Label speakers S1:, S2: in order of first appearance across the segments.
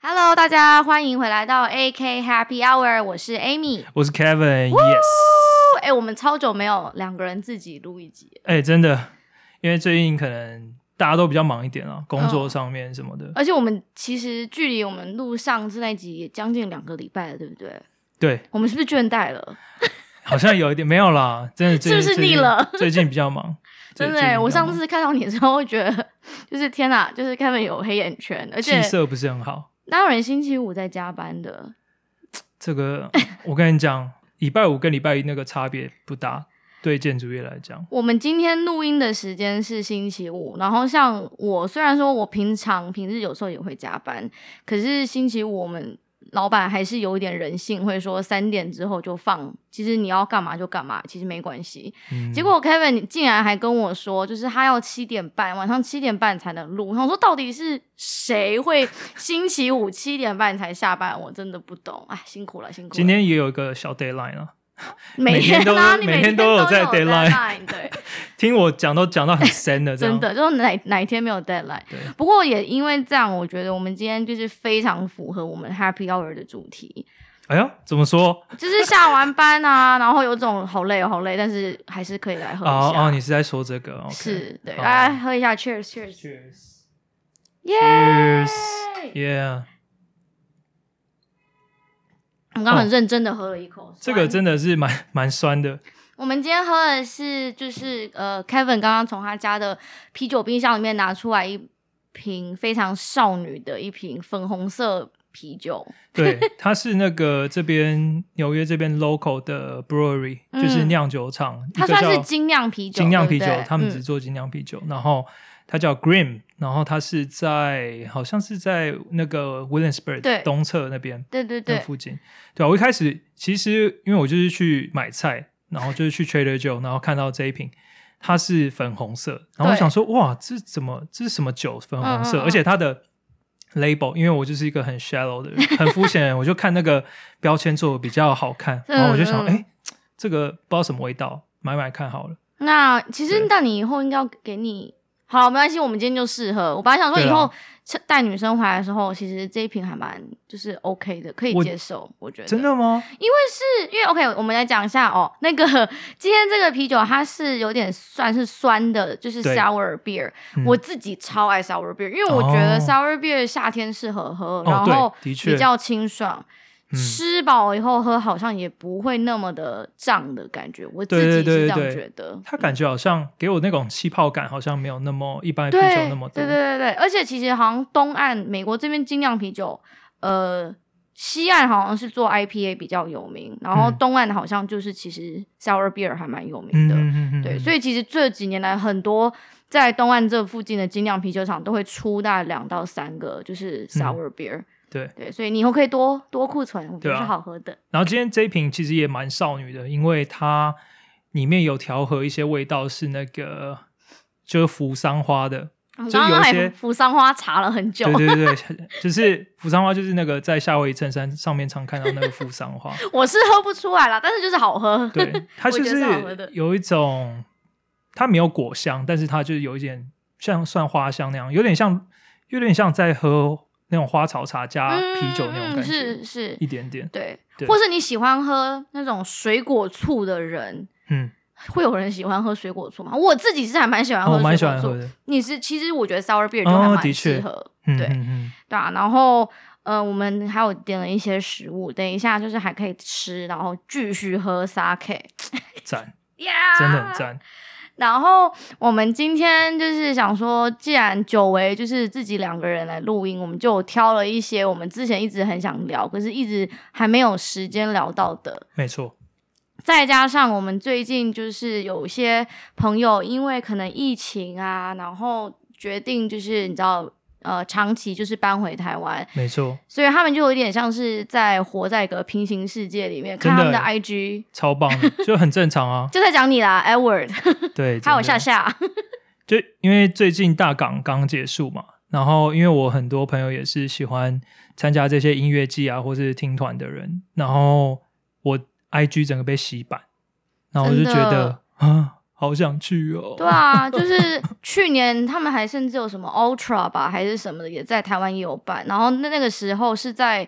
S1: Hello，大家欢迎回来到 AK Happy Hour，我是 Amy。
S2: 我是 Kevin，Yes，
S1: 哎、我们超久没有两个人自己录一集了，
S2: 哎、真的，因为最近可能大家都比较忙一点啊，工作上面什么的，
S1: 而且我们其实距离我们录上次那集也将近两个礼拜了，对不对？
S2: 对，
S1: 我们是不是倦怠了？
S2: 好像有一点没 有啦，真的最近
S1: 是不是腻了？
S2: 最近最近比较忙，
S1: 真的
S2: 最近比
S1: 耶，
S2: 较忙
S1: 我上次看到你的时候，会觉得就是天哪，就是 Kevin 有黑眼圈，而且
S2: 气色不是很好，
S1: 哪有人星期五在加班的？
S2: 这个我跟你讲，礼拜五跟礼拜一那个差别不大，对建筑业来讲，
S1: 我们今天录音的时间是星期五，然后像我虽然说我平常平日有时候也会加班，可是星期五我们老板还是有一点人性，会说三点之后就放，其实你要干嘛就干嘛，其实没关系。
S2: 嗯，
S1: 结果 Kevin 你竟然还跟我说，就是他要七点半，晚上七点半才能录。我想说，到底是谁会星期五七点半才下班？我真的不懂，哎，辛苦了，辛苦了。
S2: 今天也有一个小 deadline 啊，
S1: 每
S2: 每天都
S1: 啊，你
S2: 每
S1: 每
S2: 天都
S1: 有
S2: 有在 deadline
S1: deadline，对，
S2: 听我讲都讲到很深的，这样
S1: 真，的就是哪哪一天没有 deadline。
S2: 对，
S1: 不过也因为这样，我觉得我们今天就是非常符合我们 Happy Hour 的主题，
S2: 哎呀，怎么说？
S1: 就是下完班啊， 然后有种好累哦，好累，但是还是可以来喝一
S2: 哦
S1: 下。
S2: 哦，你是在说这个？OK，
S1: 是对，
S2: 好
S1: 来喝一下，Cheers，Cheers，
S2: ，Cheers，Cheers，Yeah。
S1: 耶
S2: Yeah
S1: 我刚刚很认真的喝了一口，
S2: 哦这个
S1: 酸
S2: 真的是蛮蛮 酸的，
S1: 我们今天喝的是就是呃，Kevin 刚刚从他家的啤酒冰箱里面拿出来一瓶非常少女的一瓶粉红色啤酒，
S2: 对，它是那个这边纽约这边 local 的 brewery，、
S1: 嗯
S2: 就是酿酒厂，
S1: 它
S2: 一个
S1: 算是
S2: 叫
S1: 精酿啤酒，
S2: 精酿啤酒
S1: 对不对，
S2: 他们
S1: 嗯
S2: 只做精酿啤酒，然后它叫 Grim，然后它是在好像是在那个
S1: 对
S2: Williamsburg 东侧那边
S1: 对对
S2: 那
S1: 对，
S2: 附近，对啊，我一开始其实因为我就是去买菜，然后就是去 Trader Joe，然后看到这一瓶。它是粉红色，然后我
S1: 对
S2: 想说，哇，这怎么这是什么酒？粉红
S1: 嗯
S2: 色，
S1: 嗯嗯
S2: 而且它的 label，因为我就是一个很 shallow 的人，很肤浅的人，我就看那个标签做的比较好看，然后我就想，
S1: 嗯嗯
S2: 哎、这个不知道什么味道，买买看好了。
S1: 那其实
S2: 对
S1: 那你以后应该要给你好，没关系，我们今天就试喝。我本来想说
S2: 对啊
S1: 以后趁带女生回来的时候，其实这一瓶还蛮就是 OK 的，可以
S2: 我
S1: 接受，我觉得
S2: 真的吗？
S1: 因为是因为 OK，我们来讲一下哦，那个今天这个啤酒它是有点算是酸的，就是
S2: 对
S1: sour beer、
S2: 嗯
S1: 我自己超爱 sour beer，因为我觉得
S2: 哦
S1: sour beer 夏天适合喝，然
S2: 对
S1: 后
S2: 的确
S1: 比较清爽。
S2: 嗯
S1: 吃饱以后喝好像也不会那么的胀的感觉，我自
S2: 对
S1: 己是
S2: 对
S1: 这
S2: 对
S1: 样
S2: 对
S1: 觉得。
S2: 它感觉好像给我那种气泡感，好像没有那么一般的
S1: 对
S2: 啤酒那么多。
S1: 对对对对，而且其实好像东岸美国这边精酿啤酒，呃，西岸好像是做 IPA 比较有名，然后
S2: 嗯
S1: 东岸好像就是其实 sour beer 还蛮有名
S2: 嗯
S1: 的。
S2: 嗯嗯嗯，
S1: 对，
S2: 嗯
S1: 所以其实这几年来，很多在东岸这附近的精酿啤酒厂都会出大概两到三个，就是 sour beer、
S2: 嗯对。
S1: 对，所以你以后可以多多库存，我觉
S2: 对
S1: 得
S2: 啊
S1: 是好喝的。
S2: 然后今天这一瓶其实也蛮少女的，因为它里面有调和一些味道，是那个就是扶桑花的，
S1: 我们
S2: 就
S1: 刚刚
S2: 有一
S1: 还
S2: 些
S1: 扶桑花查了很久
S2: 对，对对，对 就是扶桑花，就是那个在夏威夷衬衫上面常看到那个扶桑 花，
S1: 我是喝不出来啦，但是就是好喝。
S2: 对，它
S1: 我
S2: 就
S1: 觉得是好喝的
S2: 是有一种，它没有果香，但是它就是有一点像算花香那样，有点像有点像在喝那种花草茶加啤酒那种
S1: 嗯
S2: 感觉，
S1: 是是
S2: 一，点点，
S1: 对，
S2: 对
S1: 或是你喜欢喝那种水果醋的人，
S2: 嗯，
S1: 会有人喜欢喝水果醋吗？我自己是还蛮喜欢喝
S2: 哦我
S1: 水果
S2: 蛮喜
S1: 醋，
S2: 欢喝的，
S1: 你是其实我觉得 sour beer 就还
S2: 哦
S1: 蛮适
S2: 的确
S1: 合，
S2: 嗯
S1: 对
S2: 嗯嗯，
S1: 对啊，然后呃，我们还有点了一些食物，等一下就是还可以吃，然后继续喝 sake，
S2: 赞，
S1: yeah!
S2: 真的很赞，
S1: 然后我们今天就是想说，既然久违就是自己两个人来录音，我们就挑了一些我们之前一直很想聊，可是一直还没有时间聊到的
S2: 没错，
S1: 再加上我们最近就是有一些朋友，因为可能疫情啊，然后决定就是你知道，呃，长期就是搬回台湾，
S2: 没错，
S1: 所以他们就有点像是在活在一个平行世界里面。
S2: 真
S1: 看
S2: 的
S1: 他们
S2: 欸
S1: 的 IG
S2: 超棒的，就很正
S1: ，
S2: 常啊
S1: 就在讲你啦，Edward，
S2: 对，
S1: 还有
S2: 真的
S1: 夏夏，
S2: 就因为最近大港刚结束嘛，然后因为我很多朋友也是喜欢参加这些音乐季啊，或是听团的人，然后我 IG 整个被洗版，然后我就觉
S1: 真的
S2: 得啊，好想去哦。
S1: 对啊， 就是去年他们还甚至有什么 Ultra 吧，还是什么的，也在台湾也有办。然后那那个时候是在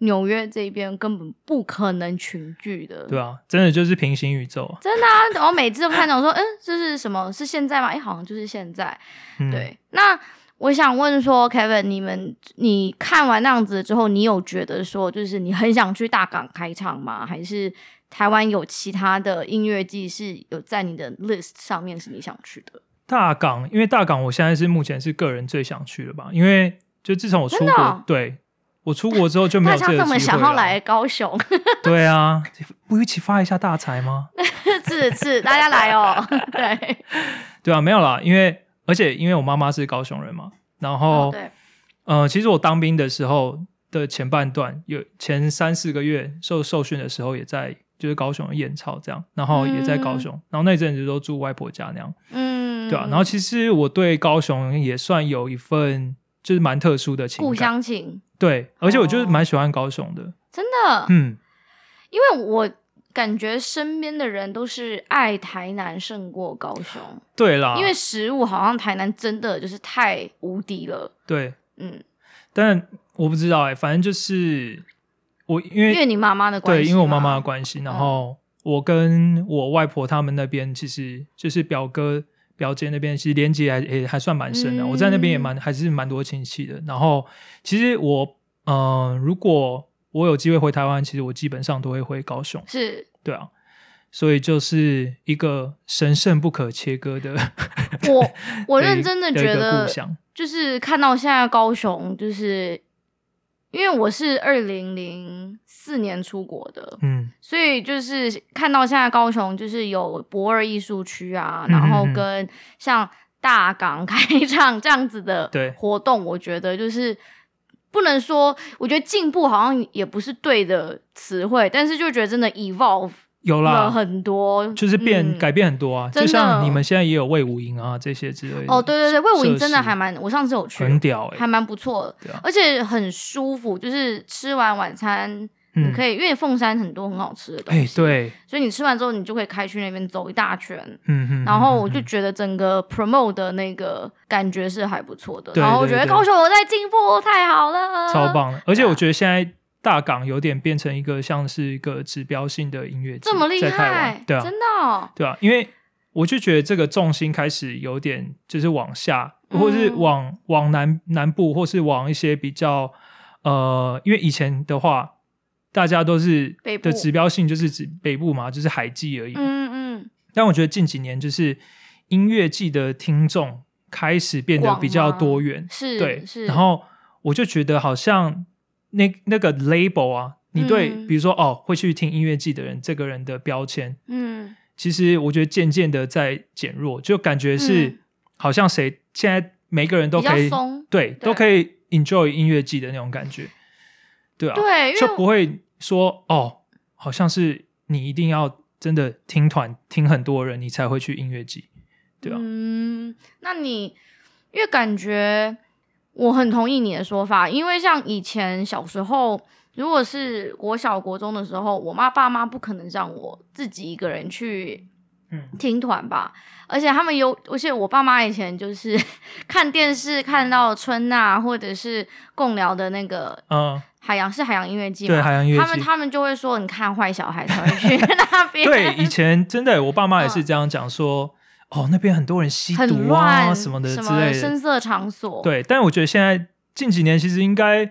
S1: 纽约这边根本不可能群聚的，
S2: 对啊，真的就是平行宇宙啊。
S1: 真的啊。然后每次都看到我说，嗯，这是什么？是现在吗？哎、好像就是现在。
S2: 嗯，
S1: 对，那我想问说，Kevin，你们你看完那样子之后，你有觉得说，就是你很想去大港开唱吗？还是台湾有其他的音乐季是有在你的 list 上面是你想去的？
S2: 大港，因为大港我现在是目前是个人最想去的吧，因为就自从我出
S1: 真的
S2: 国，
S1: 哦
S2: 对我出国之后就没
S1: 大
S2: 有这
S1: 家
S2: 个机
S1: 这
S2: 会啊
S1: 么
S2: 了。
S1: 想要来高雄，
S2: 对啊，不一起发一下大财吗？
S1: 是是，大家来 哦，对，
S2: 对啊，没有啦，因为而且因为我妈妈是高雄人嘛，然后、
S1: 哦对，
S2: 呃，其实我当兵的时候的前半段，有前三四个月受受训的时候也在就是高雄的燕巢这样，然后也在高雄，然后那一阵子都住外婆家那样，
S1: 嗯，
S2: 对啊，然后其实我对高雄也算有一份就是蛮特殊的情
S1: 故
S2: 感，
S1: 乡情，
S2: 对，而且我就是
S1: 哦
S2: 蛮喜欢高雄的，
S1: 真的，
S2: 嗯，
S1: 因为我感觉身边的人都是爱台南胜过高雄。
S2: 对啦，
S1: 因为食物好像台南真的就是太无敌了，
S2: 对，
S1: 嗯，
S2: 但我不知道哎、反正就是我因为
S1: 因为你妈妈的关系嗯
S2: 对，
S1: 嘛，
S2: 因为我妈妈的关系，然后我跟我外婆他们那边，其实就是表哥、表姐那边，其实连接还也还算蛮深的。我在那边也蛮
S1: 嗯
S2: 还是蛮多亲戚的。然后其实我，嗯、如果我有机会回台湾，其实我基本上都会回高雄，
S1: 是
S2: 对啊。所以就是一个神圣不可切割的
S1: 我我
S2: 的一
S1: 认真的
S2: 一
S1: 觉
S2: 个
S1: 得
S2: 故，乡，
S1: 就是看到现在高雄，就是因为我是二零零四年出国的，
S2: 嗯
S1: 所以就是看到现在高雄就是有博尔艺术区啊，
S2: 嗯
S1: 然后
S2: 嗯嗯
S1: 跟像大港 开唱这样子的
S2: 对
S1: 活动，我觉得就是不能说，我觉得进步好像也不是对的词汇，但是就觉得真的 evolve
S2: 有
S1: 了
S2: 啦，
S1: 很多，
S2: 就是变、
S1: 嗯
S2: 改变很多啊，
S1: 真
S2: 就像
S1: 的
S2: 你们现在也有魏武营啊这些之类的。
S1: 哦，对对对，魏武营
S2: 设
S1: 真的
S2: 施
S1: 还蛮，我上次有去，
S2: 很屌哎、
S1: 还蛮不错的，
S2: 对啊
S1: 而且很舒服，就是吃完晚餐。你
S2: 嗯，
S1: 可以，因为凤山很多很好吃的东
S2: 哎、
S1: 西，，
S2: 对，
S1: 所以你吃完之后，你就可以开去那边走一大圈，
S2: 嗯嗯，
S1: 然后我
S2: 嗯
S1: 就
S2: 嗯
S1: 觉得整个 promote 的那个感觉是还不错的，
S2: 对
S1: 然后我
S2: 对
S1: 觉得
S2: 对
S1: 高雄我在进步，太好了，
S2: 超，棒的，而且
S1: 对啊
S2: 我觉得现在大港有点变成一个像是一个指标性的音乐季，
S1: 这么厉
S2: 在台
S1: 害
S2: 湾，对啊，
S1: 真的哦、
S2: 对啊，因为我就觉得这个重心开始有点就是往下，或是
S1: 嗯
S2: 往往南南部，或是往一些比较呃，因为以前的话。大家都是
S1: 北部
S2: 的指标性就是指北部嘛，就是海记而已。
S1: 嗯
S2: 但我觉得近几年就是音乐季的听众开始变得
S1: 广
S2: 比较
S1: 吗
S2: 多元
S1: 嗯，，是，
S2: 对
S1: 是，，
S2: 然后我就觉得好像那那个 label 啊，你对、
S1: 嗯
S2: 比如说哦会去听音乐季的人，这个人的标签，
S1: 嗯，
S2: 其实我觉得渐渐的在减弱，就感觉是、
S1: 嗯
S2: 好像谁现在每个人都
S1: 比较
S2: 可以
S1: 松，
S2: 对都可以 enjoy 音乐季的那种感觉，对啊，
S1: 对，因
S2: 就
S1: 为
S2: 不会说哦好像是你一定要真的听团听很多人你才会去音乐季，对啊，
S1: 嗯，那你因为感觉我很同意你的说法，因为像以前小时候，如果是国小国中的时候，我妈爸妈不可能让我自己一个人去
S2: 嗯
S1: 听团吧，而且他们有，而且我爸妈以前就是 看电视看到春娜或者是共聊的那个
S2: 嗯，
S1: 海洋是海洋音乐季
S2: 对
S1: 嘛，
S2: 海洋音乐
S1: 他
S2: 季，
S1: 们他们就会说，你看坏小孩才会去 那边，嗯
S2: 对，以前真的，我爸妈也是这样讲说，哦，那边很多人吸
S1: 很
S2: 毒
S1: 乱
S2: 啊什么的
S1: 什
S2: 之
S1: 么
S2: 类
S1: 深
S2: 的。
S1: 色场所，
S2: 对，但我觉得现在近几年其实应该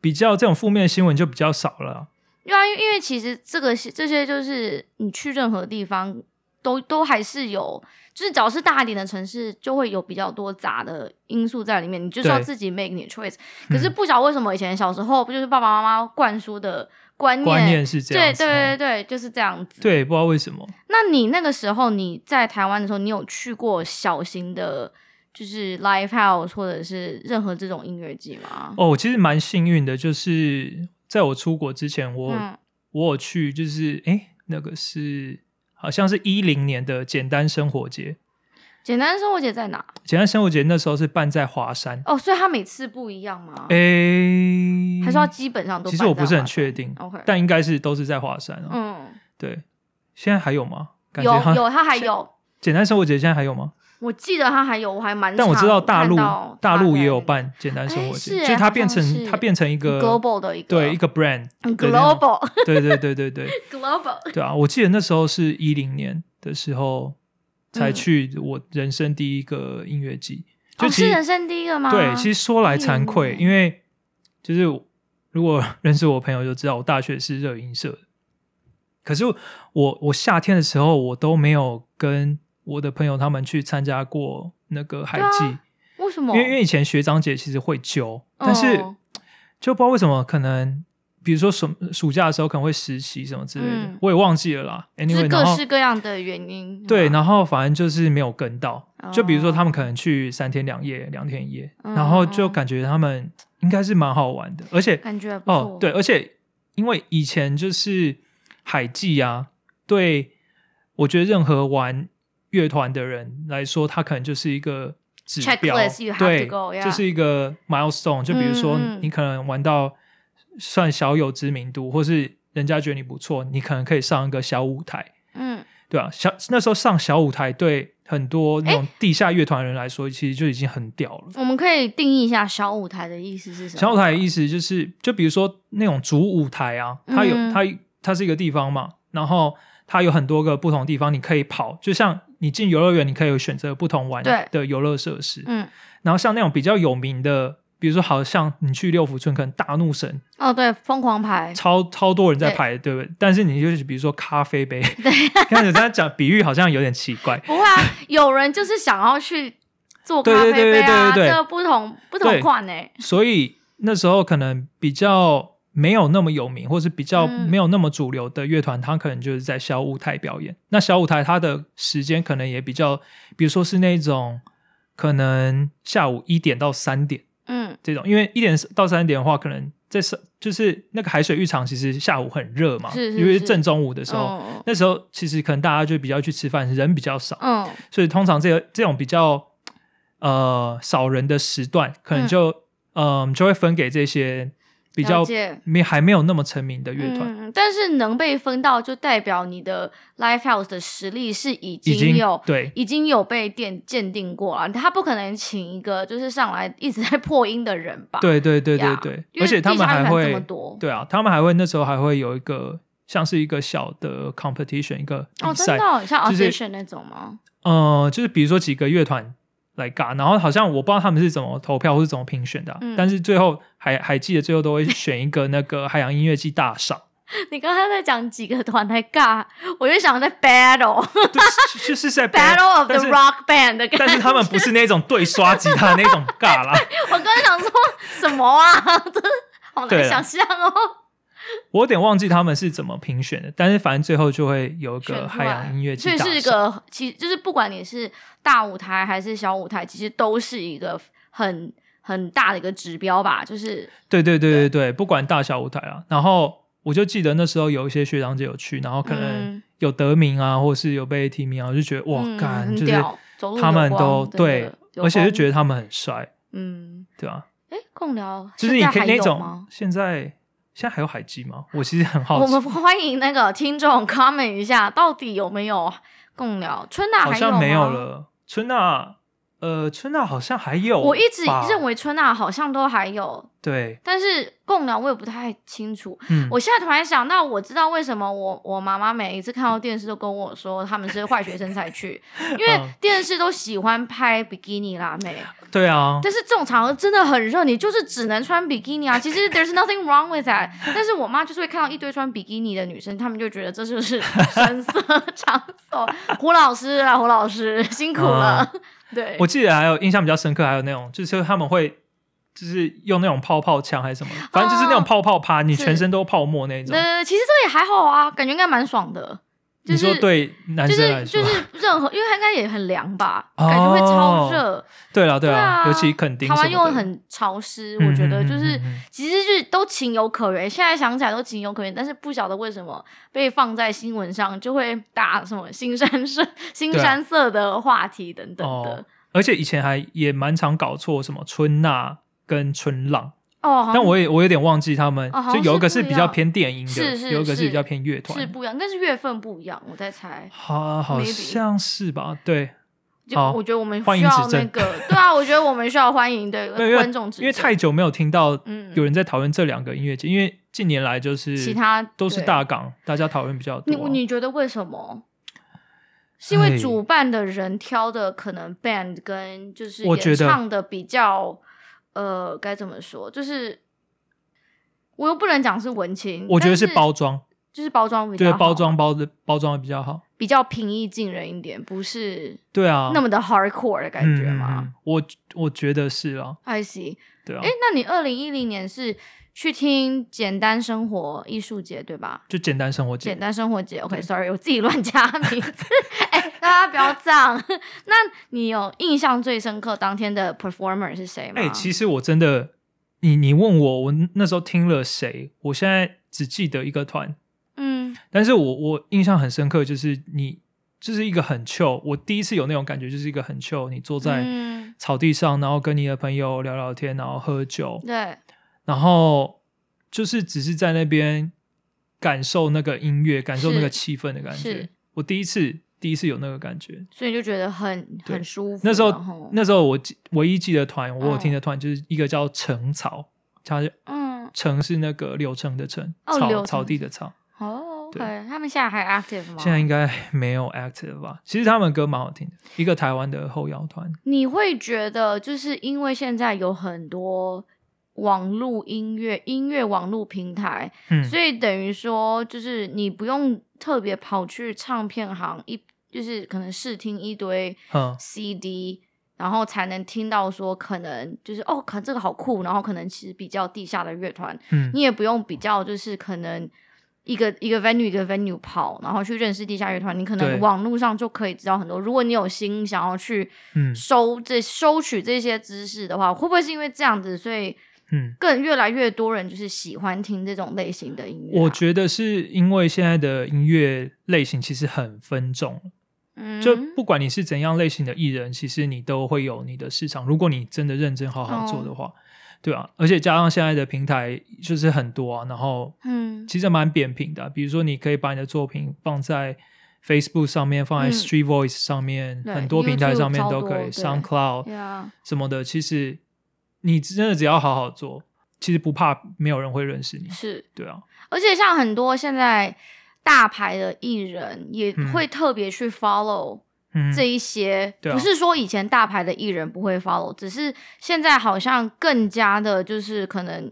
S2: 比较这种负面的新闻就比较少了。
S1: 对啊，因为因为其实这个是这些就是你去任何地方都都还是有，就是只要是大一点的城市，就会有比较多杂的因素在里面，你就是要
S2: 对
S1: 自己 make 你的 choice。
S2: 嗯
S1: 可是不晓得为什么以前小时候不就是爸爸妈妈灌输的观念？
S2: 观念是这
S1: 对
S2: 样
S1: 对
S2: 子，
S1: 对嗯
S2: 嗯
S1: 对，就是这样子。
S2: 对，不知道为什么。
S1: 那你那个时候你在台湾的时候，你有去过小型的，就是 live house 或者是任何这种音乐季吗？
S2: 哦，我其实蛮幸运的，就是在我出国之前，我、
S1: 嗯
S2: 我有去，就是诶，那个是好像是一零年的简单生活节，
S1: 简单生活节在哪？
S2: 简单生活节那时候是办在华山，
S1: 哦，所以它每次不一样吗？
S2: 诶，
S1: 还是要基本上都
S2: 其实我不是很
S1: 办在
S2: 确定
S1: 华山 OK
S2: 但应该是都是在华山、啊。
S1: 华山。嗯，
S2: 对，现在还有吗？感觉
S1: 有
S2: 好像
S1: 有，它还有，
S2: 简单生活节现在还有吗？
S1: 我记得他还有，我还蛮
S2: 但我知道
S1: 常
S2: 大
S1: 看
S2: 陆
S1: 到
S2: 大
S1: 他
S2: 陆
S1: 在
S2: 也有
S1: 那
S2: 办简单生
S1: 哎
S2: 活
S1: 是
S2: 节，就
S1: 欸
S2: 是它
S1: 好
S2: 变
S1: 像
S2: 成它
S1: 是
S2: 变成一
S1: 个
S2: 个
S1: global 的一个
S2: 对一个 brand
S1: 嗯
S2: 的那种
S1: global
S2: 对对对对对
S1: global
S2: 对啊！我记得那时候是一零年的时候才
S1: 嗯
S2: 去我人生第一个音乐季，就
S1: 哦，
S2: 其
S1: 是
S2: 实、
S1: 人生第一个吗？
S2: 对，其
S1: 实
S2: 实说来惭
S1: 10
S2: 愧，
S1: 年
S2: 因为就是如果 认识我朋友就知道，我大学是热音社的。可是我我夏天的时候，我都没有跟我的朋友他们去参加过那个海
S1: 对啊
S2: 记，
S1: 为什么？
S2: 因为因为以前学长姐其实会揪，但是
S1: 哦
S2: 就不知道为什么，可能比如说暑暑假的时候可能会实习什么之类的，
S1: 嗯
S2: 我也忘记了啦。
S1: 就
S2: Anyway，
S1: 是各
S2: 然后
S1: 式各样的原因。
S2: 对，
S1: 后
S2: 然后反正就是没有跟到。就比如说
S1: 哦
S2: 他们可能去三天两夜、两天一夜，
S1: 嗯
S2: 然后就
S1: 嗯
S2: 感觉他们应该是蛮好玩的，而且
S1: 感觉还不
S2: 哦
S1: 错，
S2: 对，，而且因为以前就是海记啊，对我觉得任何玩乐团的人来说，它可能就是一个指标
S1: Checklist you have to
S2: 对
S1: go，yeah
S2: 就是一个 milestone。就比如说
S1: 嗯嗯
S2: 你可能玩到算小有知名度，或是人家觉得你不错，你可能可以上一个小舞台，
S1: 嗯，
S2: 对吧、小那时候上小舞台对很多那种地下乐团人来说，其实就已经很屌了。
S1: 我们可以定义一下小舞台的意思是什么？
S2: 小舞台的意思就是，就比如说那种主舞台啊，它有
S1: 嗯
S2: 它它是一个地方嘛，然后它有很多个不同的地方你可以跑，就像你进游乐园，你可以有选择不同玩
S1: 对
S2: 的游乐设施。
S1: 嗯，
S2: 然后像那种比较有名的，比如说好像你去六福村，可能大怒神
S1: 哦对，疯狂牌，
S2: 超超多人在
S1: 对
S2: 排，对不对？但是你就是比如说咖啡杯， 开始这样讲比喻好像有点奇怪，
S1: 不会啊，有人就是想要去做咖啡
S2: 对对对
S1: 杯啊，
S2: 对对对对
S1: 这不同不同
S2: 对
S1: 款欸呢。
S2: 所以那时候可能比较没有那么有名，或是比较
S1: 嗯
S2: 没有那么主流的乐团，它可能就是在小舞台表演。那小舞台它的时间可能也比较，比如说是那种可能下午一点到三点
S1: 嗯，
S2: 这种，因为一点到三点的话，可能在上就是那个海水浴场，其实下午很热嘛，
S1: 是是
S2: 因为
S1: 是
S2: 正中午的时候。
S1: 嗯
S2: 那时候其实可能大家就比较去吃饭，人比较少，
S1: 嗯，
S2: 所以通常这这种比较呃少人的时段，可能就嗯、就会分给这些比较
S1: 了解
S2: 没还没有那么成名的乐团。
S1: 嗯，但是能被分到，就代表你的 Live House 的实力是已
S2: 已经
S1: 有
S2: 对
S1: 已经有被鉴鉴定过了，他不可能请一个就是上来一直在破音的人吧？
S2: 对对对对
S1: 呀
S2: 对
S1: 因为
S2: 而且他们还
S1: 地下乐团这么
S2: 会
S1: 多
S2: 对啊，他们还会那时候还会有一个像是一个小的 competition 一个
S1: 哦，
S2: 比
S1: 真
S2: 赛，
S1: 的哦、像
S2: 就是
S1: audition 那种吗？
S2: 呃，就是比如说几个乐团来尬，然后好像我不知道他们是怎么投票或是怎么评选的啊、
S1: 嗯
S2: 但是最后海海记的最后都会选一个那个海洋音乐季大赏，
S1: 你刚才在讲几个团在尬，我就想在 battle
S2: 对，就就是在
S1: battle of the
S2: 但是
S1: rock band 的感觉。
S2: 但是他们不是那种对刷吉他的那种 尬啦。
S1: 我刚才想说什么啊？ 真的好
S2: 对啊
S1: 难想
S2: 了
S1: 象哦。
S2: 我有点忘记他们是怎么评选的，但是反正最后就会有一
S1: 选
S2: 个
S1: 出
S2: 海洋
S1: 来
S2: 音乐
S1: 所
S2: 季
S1: 以
S2: 大
S1: 是一
S2: 赏。
S1: 个，其实就是不管你是大舞台还是小舞台，其实都是一个很很大的一个指标吧。就是
S2: 对对对对对，不管大小舞台啊。然后我就记得那时候有一些学长姐有去，然后可能
S1: 嗯
S2: 有得名啊，或是有被提名啊，我就觉得哇，
S1: 嗯
S2: 干、
S1: 很
S2: 就是
S1: 屌走路
S2: 他
S1: 有
S2: 们都
S1: 光真
S2: 对
S1: 的，有
S2: 而且就
S1: 光
S2: 觉得他们很帅，
S1: 嗯，
S2: 对吧、
S1: 哎，共聊
S2: 就是你
S1: 现在
S2: 可以
S1: 还
S2: 那
S1: 有
S2: 种
S1: 吗
S2: 现在现在还有海记吗？我其实很好
S1: 我
S2: 奇，
S1: 们 欢迎那个听众 comment 一下，到底有没有共聊？春娜
S2: 好
S1: 还
S2: 像没
S1: 有
S2: 有
S1: 吗。
S2: 了。春娜，呃，春娜好像还有吧，
S1: 我一直认为春娜好像都还有，
S2: 对，
S1: 但是共聊我也不太清楚。
S2: 嗯，
S1: 我现在突然想到，我知道为什么我我妈妈每一次看到电视都跟我说他们是坏学生才去，因为
S2: 嗯
S1: 电视都喜欢拍比基尼辣妹，
S2: 对啊，
S1: 但是这种场合真的很热，你就是只能穿比基尼啊。其实 there's nothing wrong with that，但是 我妈就是会看到一堆穿比基尼的女生，她们就觉得这就是深色场所。胡老师啊，胡老师辛苦了， 对，
S2: 嗯我记得还有印象比较深刻，还有那种就是他们会就是用那种泡泡枪还是什么，反正就是那种泡泡趴，你
S1: 哦是
S2: 全身都泡沫那种。
S1: 那呃其实这个也还好啊，感觉应该蛮爽的。就
S2: 你
S1: 是
S2: 说对男
S1: 就
S2: 生来
S1: 是
S2: 说，
S1: 就是任何，因为它应该也很凉吧，
S2: 哦
S1: 感觉会超热。
S2: 对了对
S1: 对啊
S2: 了，尤其垦丁
S1: 台
S2: 什么的，
S1: 湾又很潮湿，
S2: 嗯
S1: 我觉得
S2: 嗯嗯
S1: 就是
S2: 嗯嗯
S1: 其实就是都情有可原。现在想起来都情有可原，但是不晓得为什么被放在新闻上就会打什么新山色、 新山色的话题等等的
S2: 啊哦。而且以前还也蛮常搞错什么春娜跟春浪，
S1: 哦，好像
S2: 但我也我有点忘记他们，
S1: 哦好
S2: 就
S1: 像
S2: 有一个
S1: 是
S2: 是
S1: 不一
S2: 比较
S1: 样
S2: 偏电音的，
S1: 是是
S2: 有一个
S1: 是
S2: 比较偏乐团
S1: 是
S2: 的。
S1: 不一样，但是月份不一样，我在猜。
S2: 好，好
S1: maybe
S2: 像是吧？对，
S1: 就
S2: 好
S1: 我觉得我们
S2: 欢
S1: 需
S2: 迎
S1: 要
S2: 指
S1: 那
S2: 正
S1: 个，对啊，我觉得我们需要欢迎对
S2: 没有因为
S1: 呃观众指
S2: 因为
S1: 正
S2: 太久没有听到
S1: 嗯
S2: 有人在讨论这两个音乐节，因为近年来就是
S1: 其他
S2: 都是
S1: 对
S2: 大港，大家讨论比较多
S1: 你
S2: 啊。
S1: 你觉得为什么？是因为
S2: 哎
S1: 主办的人挑的可能 band 跟就是
S2: 我觉
S1: 演
S2: 得
S1: 唱的比较，呃，该怎么说？就是我又不能讲是文青，
S2: 我觉得
S1: 但是
S2: 是包，装，
S1: 就是包装比较
S2: 对包
S1: 好
S2: 装包的包装的比较好。
S1: 比较平易近人一点，不是
S2: 对啊，
S1: 那么的 hardcore 的感觉吗、
S2: 嗯嗯嗯我我觉得是啊，
S1: i see。
S2: 对啊
S1: 哎，，那你二零一零年是去听简单生活艺术节对吧？
S2: 就简单生活节
S1: 简。单生活节，OK，sorry，、我自己乱加名字， 哎、大家不要这样。 那你有印象最深刻当天的 performer 是谁吗？
S2: 哎、其实我真的，你你问我，我那时候听了谁，我现在只记得一个团，
S1: 嗯，
S2: 但是我我印象很深刻，就是你就是一个很 chill，我第一次有那种感觉，就是一个很 chill，你坐在
S1: 嗯，
S2: 草地上，然后跟你的朋友聊聊天，然后喝酒，
S1: 对，
S2: 然后就是只是在那边感受那个音乐，感受那个
S1: 是
S2: 气氛的感觉
S1: 是。
S2: 我第一次第一次有那个感觉，
S1: 所以就觉得很
S2: 对
S1: 很舒服。
S2: 那时候
S1: 然后
S2: 那时候我记唯一记得团，我有
S1: 嗯
S2: 听的团就是一个叫橙草，它是
S1: 嗯，
S2: 橙是那个柳橙的橙，
S1: 哦柳
S2: 草
S1: 橙
S2: 草地的草。
S1: 哦，OK，
S2: 对
S1: 他们现在还 active 吗？
S2: 现在应该没有 active 吧？其实他们歌蛮好听的，一个台湾的后摇团。
S1: 你会觉得，就是因为现在有很多网络音乐、音乐网络平台，
S2: 嗯，
S1: 所以等于说，就是你不用特别跑去唱片行一，就是可能试听一堆
S2: 嗯
S1: CD，然后才能听到说可能就是哦，可这个好酷，然后可能其实比较地下的乐团，
S2: 嗯
S1: 你也不用比较，就是可能。一个一个 venue 一个 venue 跑，然后去认识地下乐团，你可
S2: 对
S1: 能网络上就可以知道很多。如果你有心想要去
S2: 嗯
S1: 收这收取这些知识的话，会不会是因为这样子，所以
S2: 嗯，
S1: 更越来越多人就是喜欢听这种类型的音乐啊、
S2: 我觉得是因为现在的音乐类型其实很分众，
S1: 嗯
S2: 就不管你是怎样类型的艺人，其实你都会有你的市场。如果你真的认真好好做的话，
S1: 哦
S2: 对啊，而且加上现在的平台就是很多啊，然后
S1: 嗯
S2: 其实蛮扁平的啊、比如说你可以把你的作品放在 Facebook 上面，放在
S1: 嗯
S2: Street Voice 上面，
S1: 对
S2: 很多平台
S1: YouTube
S2: 上面
S1: 超
S2: 都
S1: 多
S2: 可
S1: 对
S2: 以，SoundCloud
S1: ，Yeah，
S2: 什么的。其实你真的只要好好做，其实不怕没有人会认识你。
S1: 是，
S2: 对啊，
S1: 而且像很多现在大牌的艺人也
S2: 嗯
S1: 会特别去 follow
S2: 嗯，
S1: 这一些，
S2: 对啊
S1: 不是说以前大牌的艺人不会 follow，只是现在好像更加的就是可能。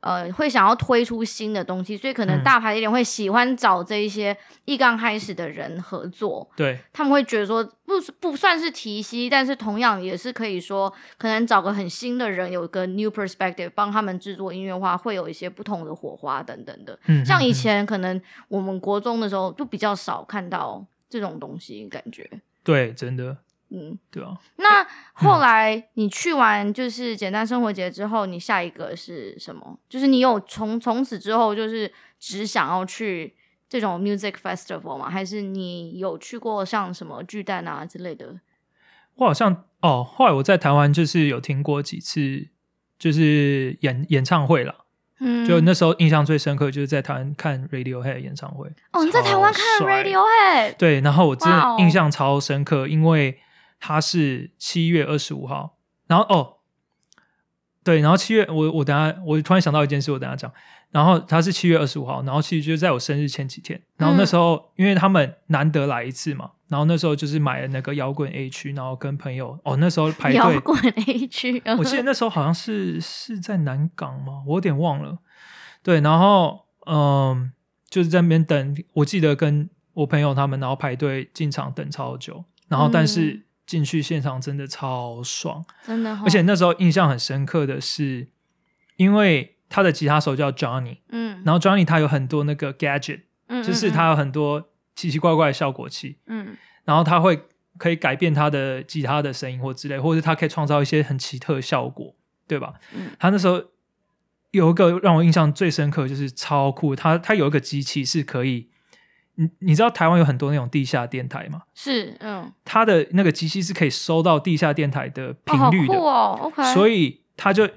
S1: 呃，会想要推出新的东西，所以可
S2: 嗯
S1: 能大牌的艺人会喜欢找这一些一刚开始的人合作，
S2: 对
S1: 他们会觉得说不是不算是提息，但是同样也是可以说，可能找个很新的人，有个 new perspective，帮他们制作音乐化，会有一些不同的火花等等的。
S2: 嗯，
S1: 像以
S2: 嗯嗯
S1: 前可能我们国中的时候就比较少看到这种东西，感觉
S2: 对，真的
S1: 嗯。
S2: 对啊。
S1: 那后来你去完就是简单生活节之后，你下一个是什么？就是你有从从此之后就是只想要去这种 music festival 吗？还是你有去过像什么巨蛋啊之类的？
S2: 我好像哦，后来我在台湾就是有听过几次，就是演演唱会啦。
S1: 嗯，
S2: 就那时候印象最深刻就是在台湾看 Radiohead 演唱会。
S1: 哦，你在台湾看
S2: 超帅
S1: Radiohead，
S2: 对，然后我真
S1: 哇
S2: 的
S1: 哦
S2: 印象超深刻，因为它是七月二十五号，然后哦，对，然后七月我我等下我突然想到一件事，我等下讲。然后它是七月二十五号，然后其实就在我生日前几天。
S1: 嗯
S2: 然后那时候、因为他们难得来一次嘛，然后那时候就是买了那个摇滚 A 区，然后跟朋友哦那时候排
S1: 摇
S2: 队
S1: 滚 A 区，
S2: 我记得那时候好像是是在南港吗？我有点忘了。对，然后嗯，就是在那边等，我记得跟我朋友他们，然后排队进场等超久，然后但是
S1: 嗯
S2: 进去现场真的超爽，
S1: 真的、哦，
S2: 而且那时候印象很深刻的是，因为他的吉他手叫 Johnny，
S1: 嗯，
S2: 然后 Johnny 他有很多那个 gadget，
S1: 嗯
S2: 就是他有很多奇奇怪怪的效果器，
S1: 嗯
S2: 然后他会可以改变他的吉他的声音或之类，或者他可以创造一些很奇特的效果，对吧？
S1: 嗯
S2: 他那时候有一个让我印象最深刻，就是超酷，他他有一个机器是可以，你你知道台湾有很多那种地下电台嘛？
S1: 是嗯，
S2: 他的那个机器是可以收到地下电台的频率的，
S1: 哦哦好酷哦，OK，
S2: 所
S1: 以
S2: 以他就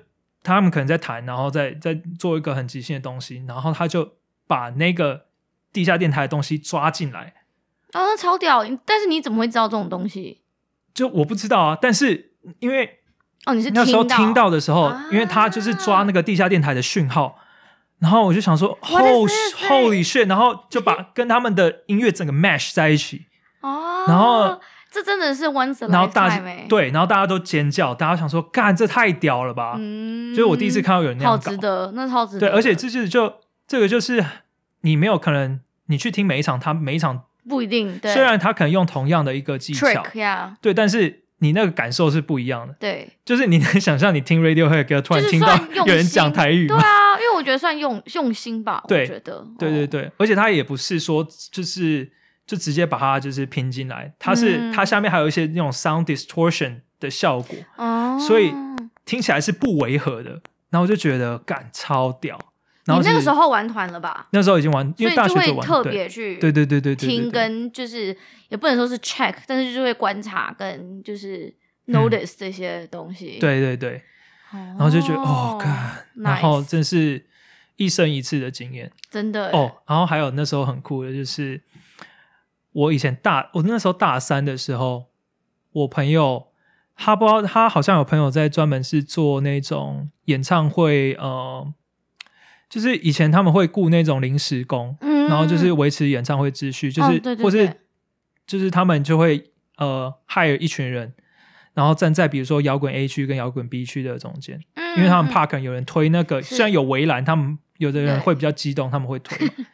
S2: 他们可能在谈，然后再再做一个很即兴的东西，然后他就把那个地下电台的东西抓进来。
S1: 啊，那超屌！但是你怎么会知道这种东西？
S2: 就我不知道啊，但是因为
S1: 哦，你是
S2: 那时候听
S1: 听
S2: 到的时候，
S1: 啊
S2: 因为他就是抓那个地下电台的讯号，然后我就想说
S1: What
S2: ，Holy
S1: is this？
S2: Holy shit！然后就把跟他们的音乐整个 mash 在一起，
S1: 哦，
S2: 然后
S1: 这真的是 once a
S2: 然后大
S1: lifetime
S2: 家
S1: 欸，
S2: 对，然后大家都尖叫，大家想说，干这太屌了吧！
S1: 嗯，
S2: 就是我第一次看到有人那
S1: 好
S2: 样搞
S1: 值，得，那超值得
S2: 对，
S1: 的，
S2: 而且这就是就这个就是你没有可能，你去听每一场，他每一场
S1: 不一定，对，
S2: 虽然他可能用同样的一个技巧，
S1: trick 呀，
S2: 对，但是你那个感受是不一样的。
S1: 对，
S2: 就是你能想象你听 Radiohead 歌突然
S1: 就是
S2: 听到
S1: 算用
S2: 有人
S1: 心
S2: 讲台语
S1: 对
S2: 吗？
S1: 啊，因为我觉得算用用心吧，我
S2: 对
S1: 觉得，
S2: 对
S1: 哦
S2: 对，对，而且他也不是说就是就直接把它就是拼进来，它是
S1: 嗯
S2: 它下面还有一些那种 sound distortion 的效果，
S1: 哦，
S2: 所以听起来是不违和的。然后我就觉得干超屌，然
S1: 你
S2: 后
S1: 那个
S2: 是
S1: 时候玩团了吧？
S2: 那时候已经玩，因
S1: 所以
S2: 为
S1: 你
S2: 大学
S1: 就
S2: 就
S1: 会
S2: 玩
S1: 特
S2: 对
S1: 别去
S2: 对对对对对对
S1: 听
S2: 对
S1: 跟就是也不能说是 check，但是就会观察跟就是 notice 这些东西。，
S2: 嗯对对对，
S1: 然
S2: 然后就觉得哦干，然后
S1: nice
S2: 真是一生一次的经验。
S1: 真的欸，
S2: 哦，然后还有那时候很酷的就是，我以前大我那时候大三的时候，我朋友他不知道他好像有朋友在专门是做那种演唱会，呃，就是以前他们会雇那种临时工，
S1: 嗯，
S2: 然后就是维持演唱会秩序，就
S1: 哦
S2: 是、
S1: 对对
S2: 或
S1: 对
S2: 是就是他们就会呃 hire 一群人。然后站在比如说摇滚 A 区跟摇滚 B 区的中间，
S1: 嗯，
S2: 因为他
S1: 嗯
S2: 们怕可能有人推那个，
S1: 是
S2: 虽然有围栏，他们有的
S1: 对
S2: 人会比较激动，他们会推 嘛。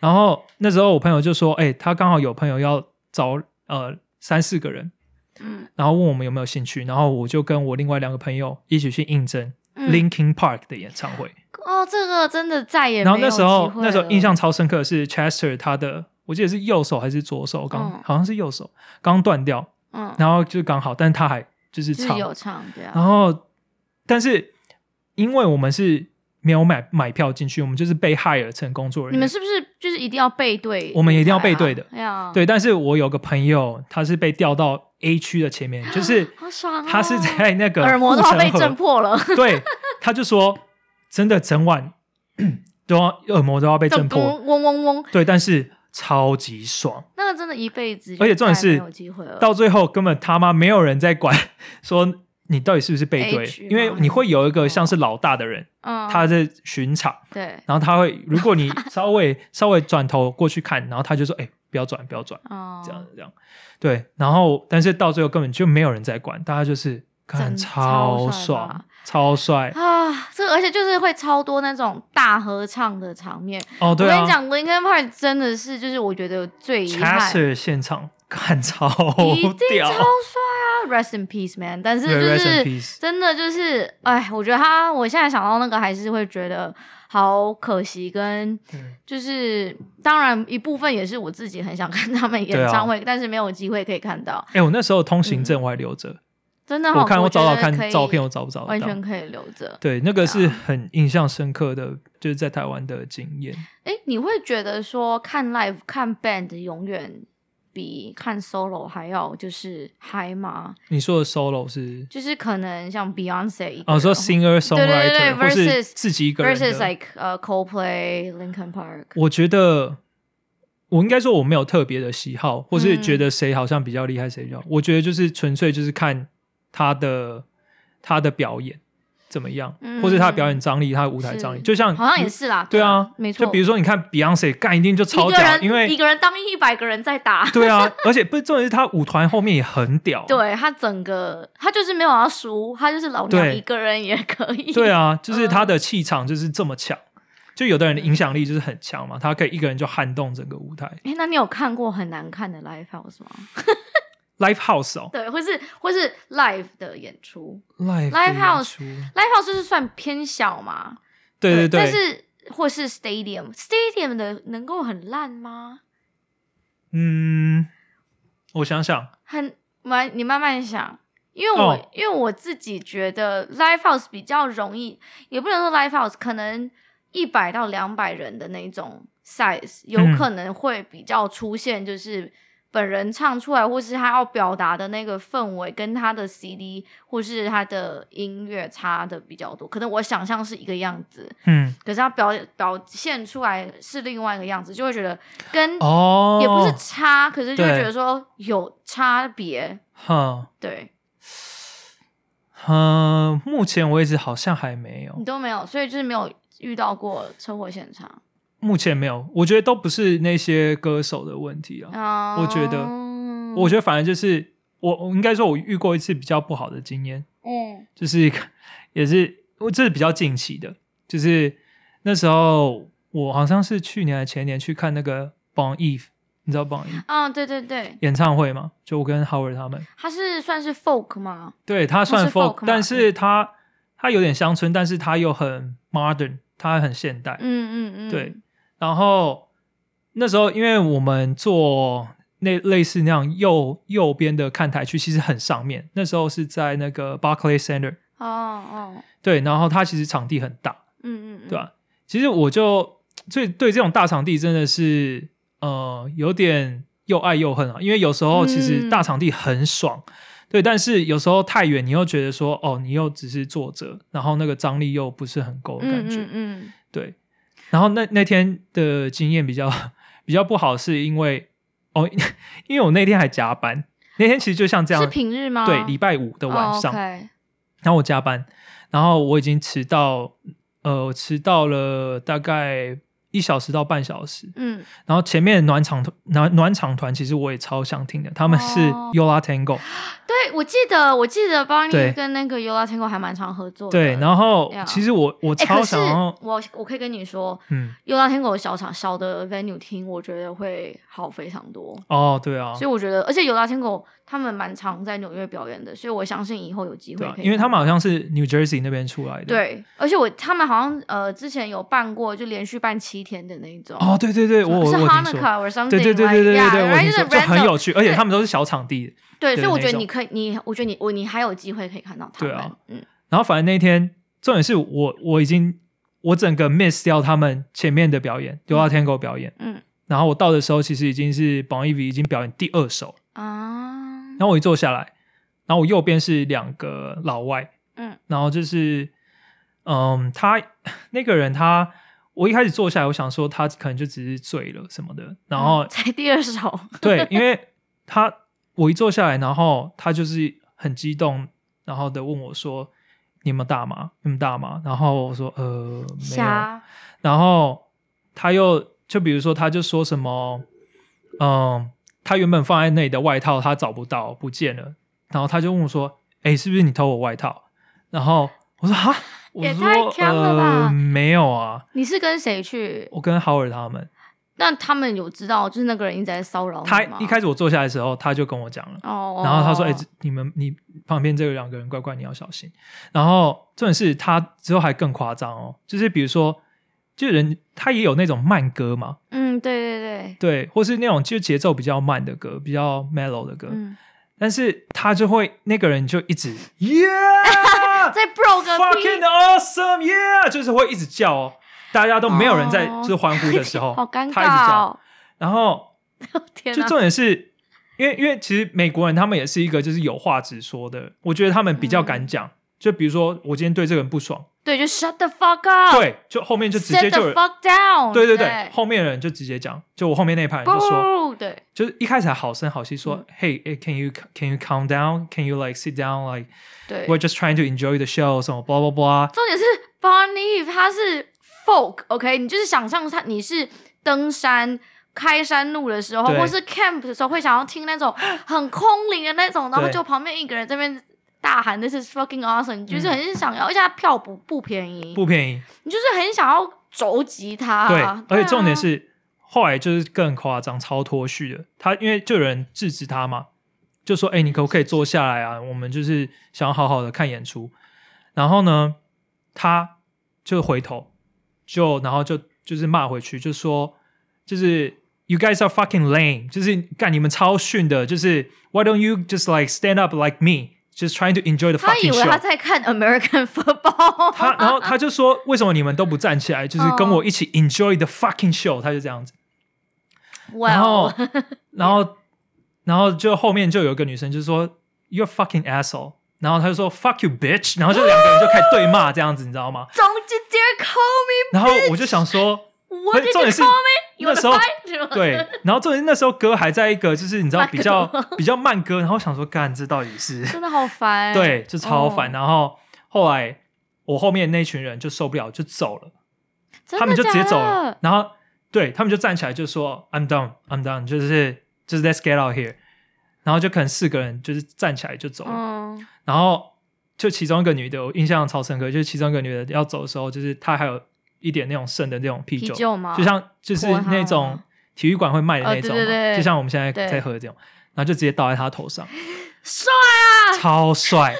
S2: 然后那时候我朋友就说：“哎、他刚好有朋友要找呃三四个人，
S1: 嗯
S2: 然后问我们有没有兴趣。”然后我就跟我另外两个朋友一起去应征
S1: 嗯
S2: Linkin Park 的演唱会。
S1: 哦，这个真的再也
S2: 然后
S1: 没有
S2: 那时候
S1: 机会
S2: 那时候
S1: 了
S2: 印象超深刻的是 Chester 他的，我记得是右手还是左手刚、
S1: 嗯
S2: 好像是右手刚断掉，
S1: 嗯，
S2: 然后就刚好，但他还就是
S1: 就
S2: 唱
S1: 是有唱对啊，
S2: 然后，但是因为我们是没有买买票进去，我们就是被 hire 成工作人
S1: 你
S2: 员。
S1: 们是不是就是一定要背对舞台啊？
S2: 我们一定要背对的
S1: 哎呀，，
S2: 对，但是我有个朋友，他是被调到 A 区的前面，就是
S1: 好爽哦
S2: 他是在那个
S1: 耳膜都
S2: 护
S1: 要
S2: 城
S1: 被
S2: 河
S1: 震破了，
S2: 对，他就说真的整晚都要耳膜都要被震破，
S1: 嗡嗡嗡嗡，
S2: 对，但是超级爽，
S1: 那个真的一辈子就
S2: 而且重点
S1: 再也
S2: 是
S1: 没有机会了。
S2: 到最后根本他妈没有人在管说你到底是不是背对
S1: H，吗哦
S2: 因为你会有一个像是老大的人，
S1: 嗯，
S2: 他在巡场。
S1: 对，
S2: 然后他会，如果 你稍微稍微转头过去看，然后他就说：“哎、不要转，不要转，
S1: 哦，
S2: 这样这样。”对，然后但是到最后根本就没有人在管，大家就是看
S1: 真
S2: 超
S1: 超帅
S2: 爽
S1: 吧，
S2: 超帅
S1: 啊，这而且就是会超多那种大合唱的场面。
S2: 哦！对
S1: 我跟
S2: 啊
S1: 你讲，Linkin Park 真的是就是我觉得最遗憾，
S2: ，Chester 现场看超
S1: 一定
S2: 屌
S1: 超，帅啊！Rest in peace, man。但是
S2: 对
S1: 就
S2: ，Rest
S1: 是
S2: in peace，
S1: 真的就是，哎，我觉得他，我现在想到那个还是会觉得好可惜，跟
S2: 嗯
S1: 就是当然一部分也是我自己很想看他们
S2: 对
S1: 演
S2: 啊
S1: 唱会，但是没有机会可以看到，
S2: 哎、我那时候通行证我还留着，
S1: 真嗯的好，
S2: 我看我
S1: 我
S2: 找找
S1: 觉得可
S2: 看
S1: 以
S2: 照片，我找不找
S1: 完
S2: 得到
S1: 全？可以留着。
S2: 对，那个
S1: 对
S2: 是
S1: 啊
S2: 很印象深刻的，就是在台湾的经验。
S1: 哎，你会觉得说看 live 看 band 永远比看 solo 还要就是嗨吗？
S2: 你说的 solo 是
S1: 就是可能像 Beyonce 一个
S2: 哦，
S1: 人
S2: 说
S1: 会
S2: singer songwriter
S1: 对对
S2: 或是
S1: versus-
S2: 自己一个人
S1: versus
S2: 的。
S1: like 呃、Coldplay、Linkin Park，
S2: 我觉得我应该说我没有特别的喜好，或是
S1: 嗯
S2: 觉得谁好像比较厉害谁比较，我觉得就是纯粹就是看他的他的表演怎么样，
S1: 嗯
S2: 或是他的表演张力，他的舞台张力，
S1: 是
S2: 就像
S1: 好像也。是啦，
S2: 嗯对啊，
S1: 没错。
S2: 就比如说，你看 Beyonce 干一定就超
S1: 一个
S2: 屌，
S1: 人
S2: 因
S1: 一
S2: 为
S1: 个人当一百个人在打，
S2: 对啊，而且不是重点是他舞团后面也很屌，
S1: 对他整个他就是没有要输，他就是老娘
S2: 对
S1: 一个人也可以。
S2: 对，啊，就是
S1: 嗯
S2: 他的气场就是这么强，就有的人的影响力就是很强嘛，他可以一个人就撼动整个舞台。
S1: 哎，那你有看过很难看的 live house 吗？
S2: Live House 哦
S1: 对，或是或是 live 的演出
S2: ，Live
S1: Live
S2: 的
S1: House
S2: 演出
S1: ，live house 就是算偏小嘛，
S2: 对对对，
S1: 但是或是 stadium stadium 的能够很烂吗？
S2: 嗯，我想想，
S1: 很，慢，你慢慢想，因为我、
S2: 哦
S1: 因为我自己觉得 live house 比较容易，也不能说 live house，可能一百到两百人的那种 size，有
S2: 嗯
S1: 可能会比较出现就是本人唱出来，或是他要表达的那个氛围，跟他的 CD 或是他的音乐差的比较多。可能我想象是一个样子，
S2: 嗯，
S1: 可是他表表现出来是另外一个样子，就会觉得跟
S2: 哦，
S1: 也不是差，可是就会
S2: 对
S1: 觉得说哦有差别。
S2: 哼
S1: 对
S2: 哼，目前为止好像还没有
S1: 你，都没有，所以就是没有遇到过车祸现场。
S2: 目前没有，我觉得都不是那些歌手的问题啊，
S1: 啊、
S2: 我觉得
S1: 嗯
S2: 我觉得反而就是我，我应该说我遇过一次比较不好的经验，
S1: 嗯
S2: 就是一个也是我这是比较近期的，就是那时候我好像是去年还前年去看那个 Bon Eve，你知道 Bon Eve
S1: 啊，对对对，
S2: 演唱会吗？就我跟 Howard 他们，
S1: 他是算是 folk 吗？
S2: 对他算
S1: 是 folk 嘛嗯
S2: 但是他他有点乡村，但是他又很 modern，他很现代，
S1: 嗯嗯嗯，
S2: 对，然后那时候因为我们坐那类似那样右右边的看台区，其实很上面。那时候是在那个 Barclay Center，
S1: 哦哦，
S2: 对，然后它其实场地很大，
S1: 嗯嗯嗯，
S2: 对吧、啊其实我就最对这种大场地真的是呃有点又爱又恨啊，因为有时候其实
S1: 嗯
S2: 大场地很爽。对，但是有时候太远，你又觉得说，哦，你又只是坐着，然后那个张力又不是很够的
S1: 嗯
S2: 感觉。
S1: 嗯嗯，
S2: 对，然后那那天的经验比较比较不好，是因为哦， 因为我那天还加班，那天其实就像这
S1: 是
S2: 样，
S1: 平日吗？
S2: 对，礼拜五的晚上，
S1: 哦 OK
S2: 然后我加班，然后我已经迟到，呃，我迟到了大概一小时到半小时，
S1: 嗯，
S2: 然后前面的暖场团暖暖场团其实我也超想听的，他们是
S1: 哦
S2: Yola Tango，、
S1: 对，我记得，我记得邦
S2: 对
S1: 尼跟那个 Yola Tango 还蛮常合作的。
S2: 对，
S1: 后
S2: 然后
S1: 呀
S2: 其实我我
S1: 哎、
S2: 超
S1: 可是
S2: 想要，
S1: 我我可以跟你说
S2: 嗯，
S1: ，Yola Tango 小场小的 venue 听，我觉得会好非常多。
S2: 哦，对啊
S1: 所以，我觉得，而且 Yola Tango 他们蛮常在纽约表演的，所以我相信以后有机
S2: 对
S1: 会
S2: 啊，
S1: 可以。
S2: 因为他们好像是 New Jersey 那边出来的，。
S1: 对，而且我他们好像呃之前有办过，就连续办七天的那一种。
S2: 哦，对对对，我我
S1: 是
S2: 我听说，
S1: Hanukkah or something，
S2: 对对对对对对
S1: like,
S2: 对，
S1: yeah,
S2: 我听
S1: right,
S2: 说
S1: it's
S2: 就
S1: a
S2: 很
S1: random-
S2: 有趣，而且
S1: 对
S2: 他们都是小场地的。
S1: 对，所以
S2: 的
S1: 我
S2: 那
S1: 觉得
S2: 种
S1: 你可以，你我觉得你我你还有机会可以看到他
S2: 对
S1: 们。
S2: 啊
S1: 嗯，
S2: 然后反正那一天，重点是我我已经我整个 miss 掉他们前面的表演，丢到天狗表演。
S1: 嗯
S2: 然后我到的时候，其实已经是 Bon Ivi 已经表演第二首，
S1: 啊，
S2: 然后我一坐下来，然后我右边是两个老外，
S1: 嗯，
S2: 然后就是，嗯，他那个人他，我一开始坐下来，我想说他可能就只是醉了什么的，然后
S1: 嗯 才第二首，
S2: 对，因为他我一坐下来，然后他就是很激动，然后的问我说：“你们大吗？你们大吗？”然后我说：“呃，没有。
S1: 虾”
S2: 然后他又就比如说，他就说什么：“嗯，他原本放在那里的外套他找不到，不见了。”然后他就问我说：“哎，是不是你偷我外套？”然后我说：“哈。”我
S1: 也
S2: 说
S1: 太强了吧
S2: 呃，没有啊，
S1: 你是跟谁去？
S2: 我跟 Howard 他们，
S1: 那他们有知道就是那个人一直在骚扰你
S2: 他
S1: 吗
S2: 一开始我坐下来的时候，他就跟我讲了。
S1: 哦，
S2: 然后他说：“哎、这你们你旁边这两个人，乖乖你要小心。”然后重点是他之后还更夸张哦，就是比如说，就人他也有那种慢歌嘛，
S1: 嗯，对对对，
S2: 对，或是那种就节奏比较慢的歌，比较 mellow 的歌，
S1: 嗯，
S2: 但是他就会那个人就一 直 yeah
S1: 在 bro 个
S2: 呃 fucking
S1: 屁
S2: awesome yeah，就是会一直叫哦，大家都没有人在
S1: 哦
S2: 就是欢呼的时 候，
S1: 好尴
S2: 他一直
S1: 尬
S2: 叫，
S1: 哦，
S2: 然后
S1: 天
S2: 就
S1: 哪，
S2: 重点是，因为因为其实美国人他们也是一个就是有话直说的，我觉得他们比较敢
S1: 嗯
S2: 讲。就比如说，我今天对这个人不爽，
S1: 对，就 shut the fuck up，
S2: 对，就后面就直
S1: Sit
S2: 接就有
S1: 哦 the
S2: 人，
S1: fuck down，
S2: 对对对，
S1: 对，
S2: 后面的人就直接讲，就我后面那一排人就说，
S1: 不，嗯对，
S2: 就是一开始还好声好气说、h e y can you can you calm down? Can you like sit down? Like
S1: 对，
S2: we're just trying to enjoy the show，什么 blah blah blah。
S1: 重点是 Bonnie 他是 folk，OK，、你就是想象他你是登山。开山路的时候，
S2: 对
S1: 或是 camp 的时候，会想要听那 种很空灵的那种，然后
S2: 对
S1: 就旁边一个人这边大喊 “This is fucking awesome”，你
S2: 嗯
S1: 就是很想要，而且他票不不便宜，
S2: 不便宜，
S1: 你就是很想要轴集他、
S2: 对，
S1: 啊。
S2: 而且重点
S1: 对啊，
S2: 是后来就是更夸张，超脱序的。他因为就有人制止他嘛，就说：“哎、你可不可以坐下来啊？我们就是想要好好的看演出。”然后呢，他就回头，就然后就就是骂回去，就说：“就是 you guys are fucking lame，就是干你们超逊的，就是 why don't you just like stand up like me？” Just trying to enjoy the
S1: 他以
S2: fucking
S1: 为
S2: show。
S1: 他在嗯看 American football，
S2: 哦他然后他就说：“为什么你们都不站起来，就是
S1: 哦
S2: 跟我一起 enjoy the fucking show？” 他就这样子。
S1: 哇
S2: 然后
S1: 哦，，
S2: 然后然后就后面就有一个女生就说 You're fucking asshole，然后她就说 Fuck you bitch，然后就两个人就开始对骂这样子，你知道 吗？
S1: Don't you dare call
S2: 然后我就想说，
S1: me！我
S2: 重点是
S1: call me！
S2: 那时候
S1: You wanna fight？是吗
S2: 对，然后重点是那时候歌还在一个就是你知道
S1: 慢歌
S2: 比较比较慢歌，然后我想说干这到底是
S1: 真的好烦。
S2: 对，就超
S1: 哦
S2: 烦。然后后来我后面那群人就受不了就走了，
S1: 真的假的，
S2: 他们就直接走了，然后对他们就站起来就说 I'm done I'm done，就是就是 Let's get out here，然后就可能四个人就是站起来就走了，
S1: 嗯，
S2: 然后就其中一个女的我印象超深刻，就是其中一个女的要走的时候，就是她还有一点那种剩的那种啤
S1: 啤
S2: 酒，
S1: 酒吗？
S2: 就像就是
S1: 泼她
S2: 那种
S1: 吗
S2: 体育馆会卖的
S1: 啊哦
S2: 那种嘛，啊
S1: 对对对
S2: 就像我们现在
S1: 对
S2: 在喝的这种，然后就直接倒在她头上，
S1: 帅啊！
S2: 超帅。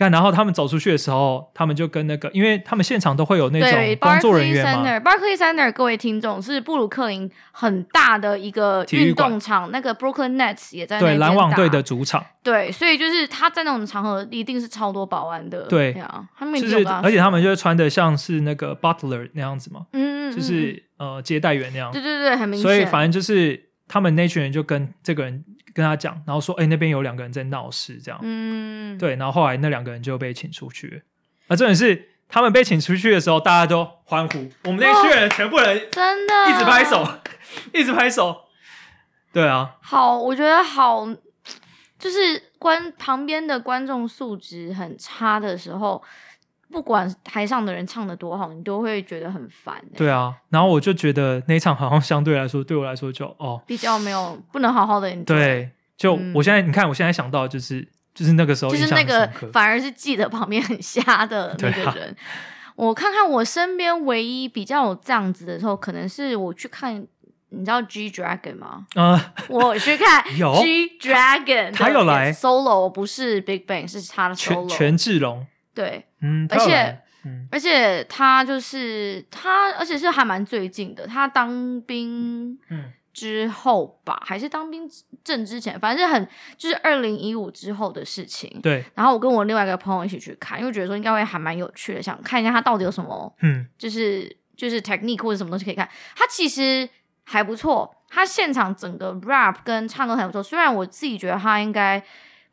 S2: 但然后他们走出去的时候，他们就跟那个，因为他们现场都会有那
S1: 对
S2: 种工作人员嘛，
S1: ，Barclay Center，各位听众是布鲁克林很大的一个
S2: 体育
S1: 运
S2: 馆
S1: 动场，那个 Brooklyn Nets 也在那
S2: 对
S1: 边
S2: 篮网
S1: 打
S2: 队的，主场，
S1: 对，所以就是他在那种场合一定是超多保安的，
S2: 对
S1: 啊，他们一
S2: 就
S1: 定有
S2: 是
S1: 跟他
S2: 而且他们就会穿的像是那个 butler 那样子嘛，
S1: 嗯，嗯嗯
S2: 就是呃接待员那样
S1: 嗯对，对对，很明显，
S2: 所以反正就是他们那群人就跟这个人跟他讲，然后说，哎、那边有两个人在闹事这样，
S1: 嗯，
S2: 对，然后后来那两个人就被请出去了，啊，重点是他们被请出去的时候，大家都欢呼，我们
S1: 哦
S2: 那群人全部人
S1: 真的
S2: 一直拍手， 一直拍手，对啊，
S1: 好，我觉得好，就是观旁边的观众素质很差的时候，不管台上的人唱的多好，你都会觉得很烦、欸。，
S2: 对啊，然后我就觉得那一场好像相对来说对我来说就哦，
S1: 比较没有不能好好的 enjoy，
S2: 对，就
S1: 嗯
S2: 我现在、你看我现在想到就是就是那个时候
S1: 就
S2: 印
S1: 是
S2: 象
S1: 那
S2: 很
S1: 个
S2: 深刻，
S1: 反而是记得旁边很瞎的那
S2: 对啊
S1: 个人。我看看我身边唯一比较有这样子的时候，可能是我去看，你知道 G Dragon 吗？
S2: 啊、
S1: 我去看
S2: 有
S1: G Dragon，
S2: 他有来
S1: solo，不是 Big Bang，是他的 solo。
S2: 全全智龙，
S1: 对，
S2: 嗯，
S1: 而且
S2: 他有来嗯，
S1: 而且他就是他，而且是还蛮最近的。他当兵
S2: 嗯
S1: 之后吧，还是当兵正之前，反正很就是二零一五之后的事情。
S2: 对，
S1: 然后我跟我另外一个朋友一起去看，因为觉得说应该会还蛮有趣的，想看一下他到底有什么，
S2: 嗯。
S1: 就是就是 technique 或者什么东西可以看。他其实还不错，他现场整个 rap 跟唱歌很不错。虽然我自己觉得他应该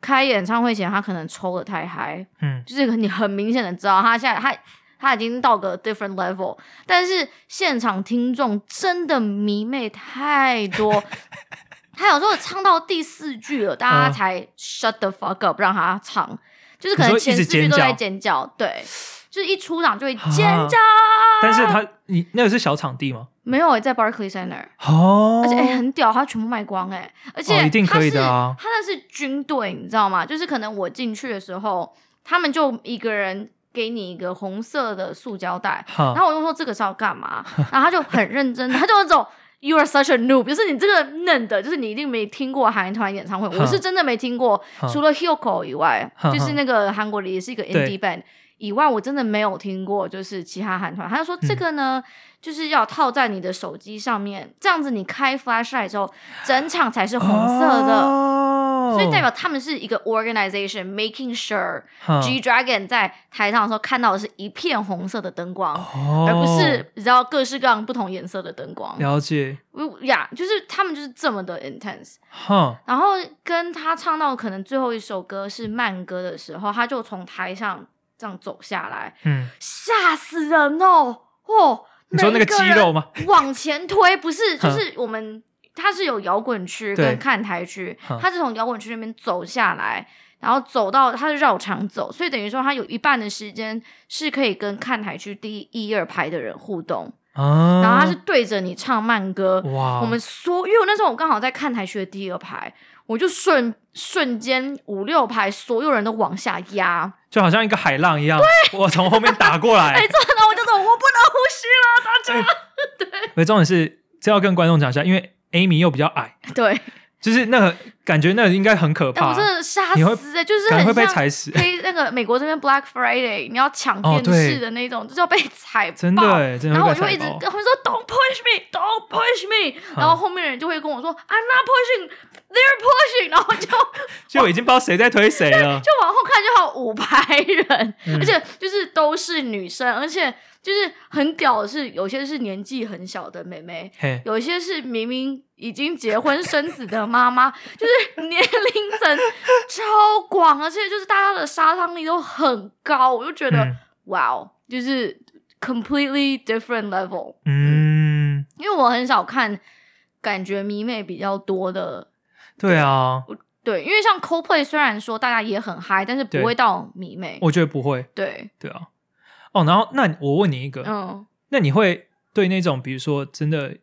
S1: 开演唱会前他可能抽的太嗨，
S2: 嗯
S1: 就是你很明显的知道他现在他他已经到个 different level，但是现场听众真的迷妹太多，他有时候唱到第四句了，大家
S2: 嗯
S1: 才 shut the fuck up 让他唱，就是可能
S2: 你说
S1: 前
S2: 一直
S1: 四句都
S2: 尖叫
S1: 在尖叫，对，就是一出场就会
S2: 啊
S1: 尖叫，
S2: 但是他你那个是小场地吗？
S1: 没有在 Barclay Center。
S2: 哦
S1: 而且哎、很屌，他全部卖光哎、而且、
S2: 哦一定可以的啊
S1: 他是他那是军队，你知道吗？就是可能我进去的时候，他们就一个人给你一个红色的塑胶袋，然
S2: 哈，
S1: 后我就说这个是要干嘛？ 然后他就很认真，他就那种 you are such a noob，就是你这个嫩的，就是你一定没听过韩团演唱会，
S2: 哼
S1: 我是真的没听过
S2: 哼，
S1: 除了 Hyoko 以外，
S2: 哼
S1: 就是那个韩国的也是一个
S2: 嗯对
S1: indie band。以外，我真的没有听过，就是其他韩团。他就说
S2: 嗯
S1: 这个呢，就是要套在你的手机上面，这样子你开 flashlight 之后，整场才是红色的，
S2: 哦
S1: 所以代表他们是一个 organization making sure
S2: 哈
S1: G Dragon 在台上的时候看到的是一片红色的灯光，
S2: 哦，
S1: 而不是你知道各式各样不同颜色的灯光。
S2: 了解
S1: 我呀就是他们就是这么的 intense。
S2: 哈
S1: 然后跟他唱到可能最后一首歌是慢歌的时候，他就从台上这样走下来，
S2: 嗯，
S1: 吓死人哦！哦，
S2: 你说那
S1: 每一
S2: 个
S1: 个
S2: 肌肉吗？
S1: 人往前推，不 是就
S2: 哼
S1: 是我们。他是有摇滚区
S2: 对嗯
S1: 跟看台区
S2: 哼，
S1: 他是从摇滚区那边走下来，然后走到他是绕场走，所以等于说他有一半的时间是可以跟看台区第一、一二排的人互动。
S2: 啊，
S1: 然后他是对着你唱慢歌。
S2: 哇，
S1: 我们所，因为我那时候我刚好在看台区的第二排，我就瞬瞬间五六排所有人都往下压，
S2: 就好像一个海浪一样，我从后面打过 来
S1: 哎，。真的，我就说我不能呼吸了，大家。
S2: 而哎重点是，这要跟观众讲一下，因为 Amy 又比较矮，
S1: 对，就是
S2: 是那个感觉那个应该很可
S1: 但
S2: 怕
S1: 哎我，真的吓
S2: 你会
S1: 死、欸，就是
S2: 感
S1: 很
S2: 觉会被
S1: 像
S2: 踩死，
S1: 黑那个美国这边 Black Friday，你要抢
S2: 哦
S1: 电
S2: 对
S1: 视的那种，就是要被踩爆。
S2: 真的欸真的
S1: 然后我
S2: 会被
S1: 就会
S2: 踩
S1: 一直
S2: 爆
S1: 跟。他们说 "Don't push me, Don't push me"，
S2: 好
S1: 然后后面的人就会跟我说 "I'm not pushing, they're pushing"，然后就
S2: 就我已经不知道谁在推谁了。
S1: 就往后看就好五排人，
S2: 嗯
S1: 而且就是都是女生，而且就是很屌的是，有些是年纪很小的妹妹，
S2: 嘿，
S1: 有些是明明已经结婚生子的妈妈，就是年龄层超广，而且就是大家的杀伤力都很高，我就觉得、
S2: 嗯
S1: 哇哦，就是 completely different level。
S2: 嗯，
S1: 因为我很少看感觉迷妹比较多的，
S2: 对啊，
S1: 对，因为像 CoPlay 虽然说大家也很嗨，但是不
S2: 对
S1: 会到迷妹，
S2: 我觉得不会，
S1: 对，
S2: 对啊。哦，然后那我问你一个，
S1: 嗯，
S2: 那你会对那种比如说真的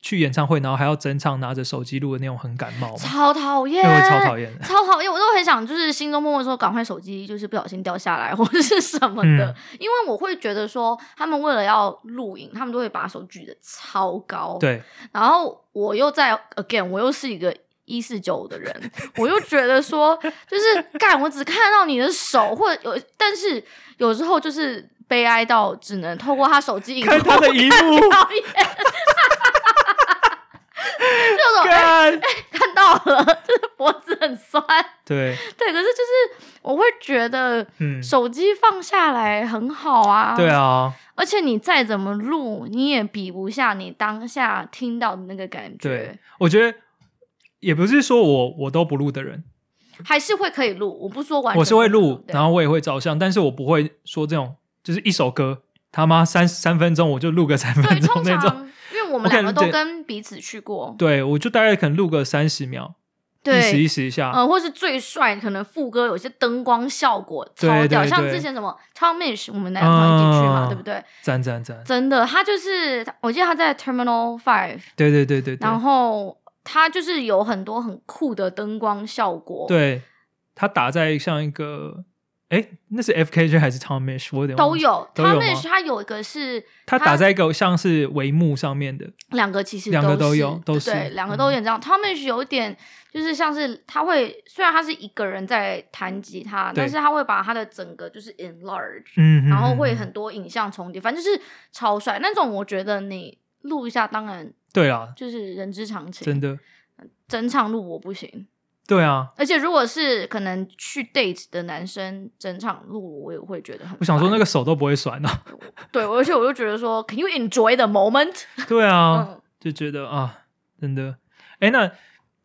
S2: 去演唱会，然后还要整场拿着手机录的那种很感冒吗？
S1: 超讨厌，
S2: 因为我超讨厌的。
S1: 超讨厌，我都很想就是心中默默说，赶快手机就是不小心掉下来或者是什么的，
S2: 嗯
S1: 因为我会觉得说，他们为了要录影，他们都会把手举得超高，，
S2: 对，
S1: 然后我又在 again，我又是一个。一四九的人， 我又觉得说，就是干，我只看到你的手，或者有，但是有时候就是悲哀到只能透过他手机荧幕
S2: 看他的一幕，
S1: 表演，就有种哎
S2: 看，
S1: 看到了，就是脖子很酸，
S2: 对，
S1: 对，可是就是我会觉得
S2: 嗯，
S1: 手机放下来很好啊。
S2: 对，啊，
S1: 而且你再怎么录，你也比不下你当下听到的那个感觉
S2: 对，，我觉得也不是说我我都不录的人，
S1: 还是会可以录。我不说完，
S2: 我是会录，然
S1: 后
S2: 后我也会照相，但是我不会说这种，就是一首歌，他妈三三分钟我就录个三
S1: 对，
S2: 分钟
S1: 通
S2: 那种。
S1: 常因为我
S2: 我
S1: 们
S2: 可
S1: 两
S2: 能
S1: 个都
S2: 得
S1: 跟彼此去过，
S2: 对，我就大概可能录个三十秒，意思意
S1: 对。
S2: 思一啊下。
S1: 呃，或是最帅，可能副歌有些灯光效果超
S2: 对
S1: 屌，
S2: 对
S1: 像
S2: 对
S1: 之前什么 Tomish，我们男团一起去嘛，
S2: 嗯
S1: 对不对？
S2: 赞赞赞！
S1: 真的，他就是，我记得他在 Terminal Five，
S2: 对对对对对
S1: 然后它就是有很多很酷的灯光效果，，
S2: 对，他打在像一个，哎，那是 F K J 还是 Tom Mish？我有点忘
S1: 都
S2: 记。
S1: 有。
S2: 都有
S1: 它
S2: 吗
S1: 那它有一个是
S2: 他打在一个像是帷幕上面的，
S1: 两个，其实
S2: 两个
S1: 都
S2: 都
S1: 是
S2: 有都
S1: 对，
S2: 是嗯
S1: 两个都有点这样。他们有点就是像是他会，虽然他是一个人在弹吉他，
S2: 对
S1: 但是他会把他的整个就是 enlarge，、
S2: 嗯，
S1: 然后
S2: 嗯
S1: 会
S2: 嗯
S1: 很多影像重叠，反正就是超帅那种。我觉得你录一下，当然
S2: 对啊，
S1: 就是人之常情，
S2: 真的，
S1: 整场录我不行。
S2: 对啊。
S1: 而且如果是可能去 date 的男生，整场录我也会觉得很。
S2: 我想说那个手都不会酸啊，
S1: 个对，而且我就觉得说，Can you enjoy the moment？
S2: 对啊，
S1: 嗯
S2: 就觉得啊，真的。哎，那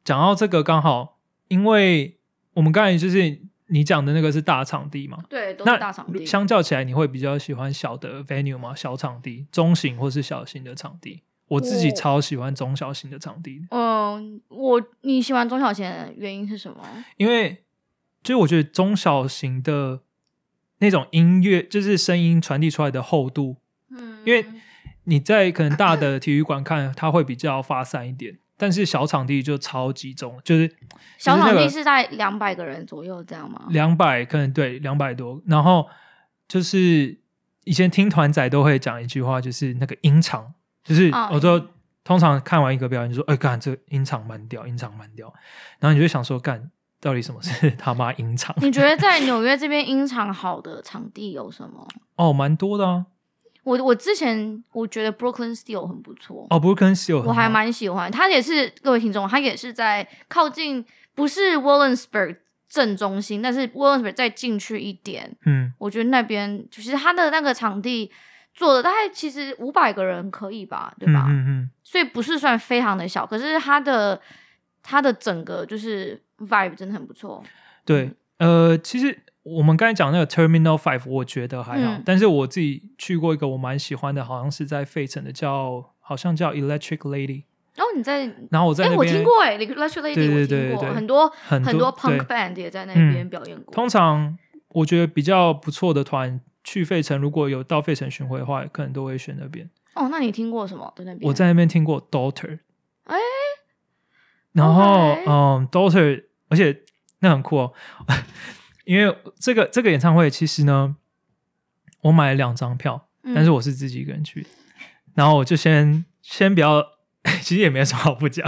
S2: 讲到这个刚好，因为我们刚才就是你讲的那个是大场地嘛，
S1: 对，都
S2: 那
S1: 是大场地。
S2: 相较起来，你会比较喜欢小的 venue 吗？小场地、中型或是小型的场地？我自己
S1: 我
S2: 超喜欢中小型的场地的，
S1: 嗯，我你喜欢中小型的原因是什么？
S2: 因为就是我觉得中小型的那种音乐，就是声音传递出来的厚度，
S1: 嗯，
S2: 因为你在可能大的体育馆看，它会比较发散一点，但是小场地就超集中，就是
S1: 小
S2: 就是那
S1: 场
S2: 个
S1: 地是在两百个人左右，这样吗？
S2: 两百，可能对两百多。然后就是以前听团仔都会讲一句话，就是那个音场，就是
S1: 哦
S2: 我都通常看完一个表演就说，哎、干这音场蛮屌，音场蛮屌。然后你就想说，干到底什么是他妈音场？
S1: 你觉得在纽约这边音场好的场地有什么？
S2: 哦，蛮多的啊。
S1: 我我之前我觉得 Brooklyn Steel 很不错
S2: 哦，Brooklyn Steel，
S1: 我还
S2: 很好
S1: 蛮喜欢。它也是各位听众，它也是在靠近不是 Williamsburg 正中心，但是 Williamsburg 再进去一点，
S2: 嗯，
S1: 我觉得那边就是它的那个场地做的大概其实五百个人可以吧，对吧？
S2: 嗯嗯嗯，
S1: 所以不是算非常的小，可是它的它的整个就是 vibe 真的很不错。
S2: 对，
S1: 嗯
S2: 呃，其实。我们刚才讲那个 Terminal Five，我觉得还好，
S1: 嗯
S2: 但是我自己去过一个我蛮喜欢的，好像是在费城的，叫好像叫 Electric Lady，
S1: 然哦后你在
S2: 然后我在
S1: 哎、
S2: 那边、
S1: 我听过哎、欸、，Electric Lady
S2: 对对
S1: 我
S2: 对
S1: 听过
S2: 对
S1: 很多
S2: 很多
S1: 多
S2: 对
S1: punk band 也在那边
S2: 嗯
S1: 表演过。
S2: 通常我觉得比较不错的团去费城，如果有到费城巡回的话，可能都会选那边。
S1: 哦，那你听过什么？在那边
S2: 我在那边听过 Daughter，
S1: 哎
S2: 然后
S1: OK
S2: 嗯，Daughter，而且那很酷哦， 因为这个这个演唱会其实呢，我买了两张票，但是
S1: 嗯
S2: 我是自己一个人去，然后我就先先不要， 其实也没什么好不讲。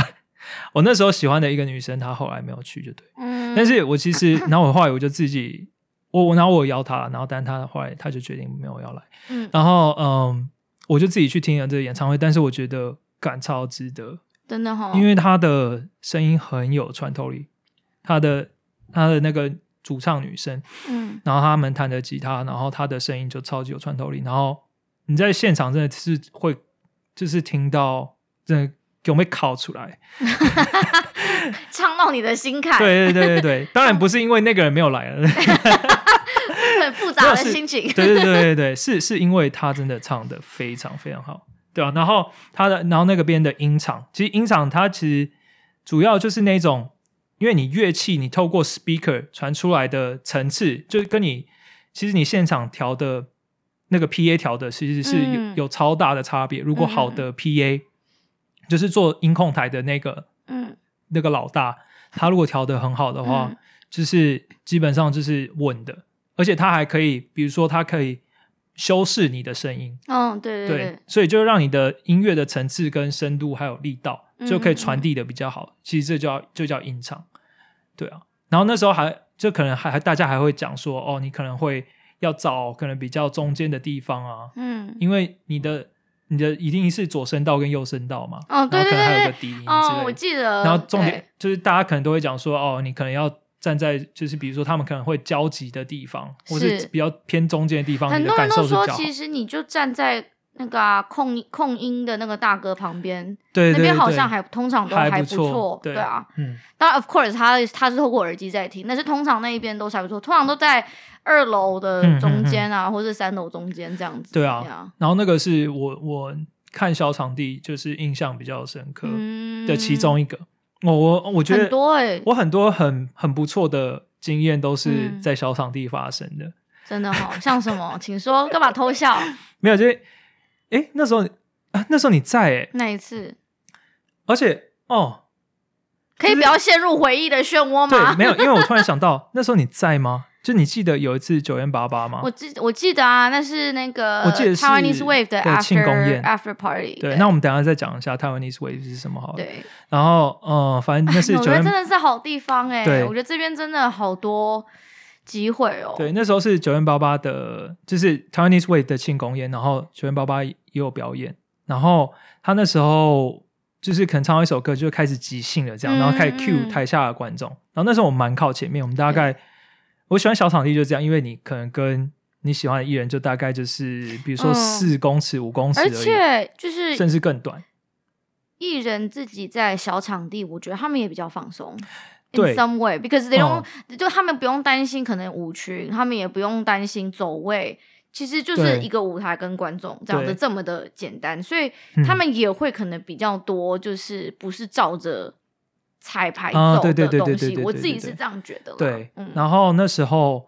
S2: 我那时候喜欢的一个女生，她后来没有去，就对。
S1: 嗯，
S2: 但是我其 实，然后我后来我就自己，我我然后我邀他，然后但他后来他就决定没有要来，
S1: 嗯，
S2: 然后嗯，我就自己去听了这个演唱会，但是我觉得感超值得，
S1: 真的哦哈，
S2: 因为他的声音很有穿透力，他的他的那个主唱女生，
S1: 嗯
S2: 然后他们弹的吉他，然后他的声音就超级有穿透力，然后你在现场真的是会就是听到真的有没有烤出来？
S1: 唱到你的心坎，
S2: 对对对对对，当然不是因为那个人没有来了，
S1: 很复杂的
S2: 没有是
S1: 心情。
S2: 对对对对对，是是因为他真的唱的非常非常好，对啊，然后他的，然后那个边的音场，其实音场它其实主要就是那种，因为你乐器你透过 speaker 传出来的层次，就是跟你其实你现场调的那个 PA 调的其实是有、
S1: 嗯
S2: 有超大的差别。如果好的 PA、就是做音控台的那个
S1: 嗯，
S2: 那个老大，他如果调的很好的话，
S1: 嗯
S2: 就是基本上就是稳的，而且他还可以，比如说他可以修饰你的声音，
S1: 哦，对对对，
S2: 所以就让你的音乐的层次跟深度还有力道
S1: 嗯
S2: 就可以传递的比较好。其实这叫就叫音场，对啊。然后那时候还就可能还还大家还会讲说，哦，你可能会要找可能比较中间的地方啊，
S1: 嗯，
S2: 因为你的你的一定是左声道跟右声道嘛，
S1: 哦对
S2: 然后可能
S1: 对对
S2: 还有
S1: 对
S2: 个低音之类的。
S1: 哦，我记得。
S2: 然后重点
S1: 对，
S2: 就是大家可能都会讲说，哦，你可能要站在就是比如说他们可能会交集的地方，或
S1: 是
S2: 是比较偏中间的地方，
S1: 很
S2: 你的
S1: 多人
S2: 感受
S1: 都
S2: 是比较
S1: 说，
S2: 好。
S1: 其实你就站在那个啊控控音的那个大哥旁边，
S2: 对对对，
S1: 那边好像
S2: 对
S1: 还通常都
S2: 还
S1: 不
S2: 不错对
S1: 对啊。
S2: 嗯，
S1: 当然，of course，他他是透过耳机在听，但是通常那一边都是还不错，通常都在二楼的中间啊，或是三楼中间这样子。
S2: 嗯对啊然后那个是我我看小场地就是印象比较深刻
S1: 嗯
S2: 的其中一个。我我我觉
S1: 很
S2: 得
S1: 多哎、
S2: 我很多很很不错的经验都是
S1: 嗯
S2: 在小场地发生的。
S1: 真的哦，像什么， 请说，干嘛偷笑？
S2: 没有，就是哎那时候啊那时候你在哎、诶
S1: 那一次
S2: 而且哦
S1: 可以不要陷入回忆的漩涡
S2: 对，
S1: 吗？
S2: 没有，因为我突然想到，那时候你在吗？ 就你记得有一次九元八八吗
S1: 我？记我记得啊，那是那个
S2: 我记得是
S1: Taiwanese Wave 的
S2: 对
S1: after
S2: 庆功宴
S1: after party
S2: 对，那我们等一下再讲一下 Taiwanese Wave 是什么好了。
S1: 对，
S2: 然后，嗯，反正 那是
S1: 纽
S2: 九
S1: 约
S2: 元
S1: 真，的是好地方哎、
S2: 对
S1: 我觉得这边真的好多机会哦。
S2: 对，那时候是九元八八的，就是 Taiwanese Wave 的庆功宴，然后九元八八也有表演，然后他那时候就是可能唱到一首歌就开始即兴了，这样，
S1: 嗯
S2: 然后开始
S1: 嗯
S2: cue 台下的观众，然后那时候我们蛮靠前面，我们大概我喜欢小场地就这样，因为你可能跟你喜欢的艺人就大概就是比如说
S1: 嗯
S2: 四公尺、五公尺而
S1: 而
S2: 已，
S1: 且就是
S2: 甚至更短。
S1: 艺人自己在小场地，我觉得他们也比较放松。In
S2: 对
S1: some way, because they don't，、
S2: 嗯
S1: 就他们不用担心可能舞群，他们也不用担心走位，其实就是
S2: 对
S1: 一个舞台跟观众这样子
S2: 对
S1: 这么的简单，所以
S2: 嗯
S1: 他们也会可能比较多，就是不是照着彩排
S2: 啊
S1: 走
S2: 对
S1: 的
S2: 对对对
S1: 东
S2: 对
S1: 西。
S2: 对
S1: 我
S2: 对
S1: 自己
S2: 对
S1: 是
S2: 对
S1: 这样觉得啦。
S2: 对，
S1: 嗯，
S2: 然后那时候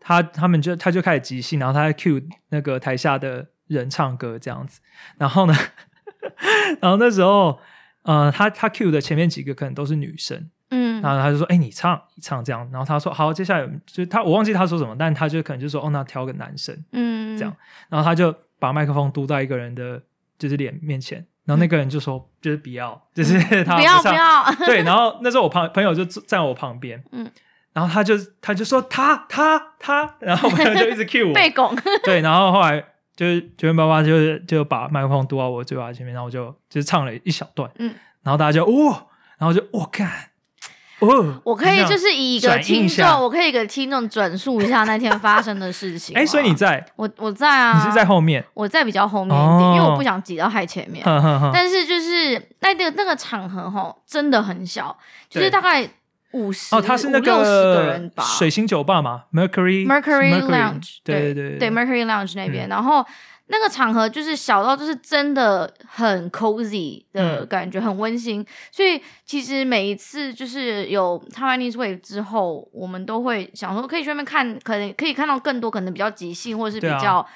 S2: 他他们就他就开始即兴，然后他在 cue 那个台下的人唱歌这样子。然后呢， 然后那时候，呃，他他 cue 的前面几个可能都是女生，
S1: 嗯
S2: 然后他就说：“哎、你唱，你唱这样。”然后他说：“好，接下来就是他，我忘记他说什么，但他就可能就说：‘哦，那挑个男生。’
S1: 嗯，
S2: 这样然后他就把麦克风嘟到一个人的就是脸面前，然后那个人就说：‘就是不要，就是
S1: 嗯
S2: 他
S1: 不要不
S2: 唱
S1: 要，
S2: 对，然后那时候我旁朋友就坐站我旁边，
S1: 嗯
S2: 嗯，然后他就他就说他他他，然后我朋友就一直 cue
S1: 被
S2: 我，
S1: 拱，
S2: 对，然后后来就是九元爸爸就是就把麦克风嘟到我嘴巴前面，然后我就就是唱了一小段，
S1: 嗯
S2: 嗯，然后大家就哦，然后就我看、哦，
S1: 我可以
S2: 这样
S1: 就是以一个
S2: 转印
S1: 听众
S2: 一下，
S1: 我可以给听众转述一下那天发生的事情。
S2: 哎，所以你在，
S1: 我我在啊，
S2: 你是在后面，
S1: 我在比较后面一点，因为我
S2: 哦嗯
S1: 不想挤到太前面。
S2: 哼哼哼，
S1: 但是就是那个那个场合吼，真的很小，就是
S2: 对
S1: 大概五十
S2: 哦，他是那
S1: 六十个人
S2: 个
S1: 吧。
S2: 水星酒吧嘛，Mercury
S1: Mercury Lounge，
S2: 对
S1: 对
S2: 对嗯
S1: ，Mercury Lounge 那边，然后那个场合就是小到就是真的很 cozy 的
S2: 嗯
S1: 感觉，很温馨。所以其实每一次就是有 Taiwanese Wave 之后，我们都会想说可以去那边看，可能可以看到更多可能比较即兴或是比
S2: 对啊
S1: 较、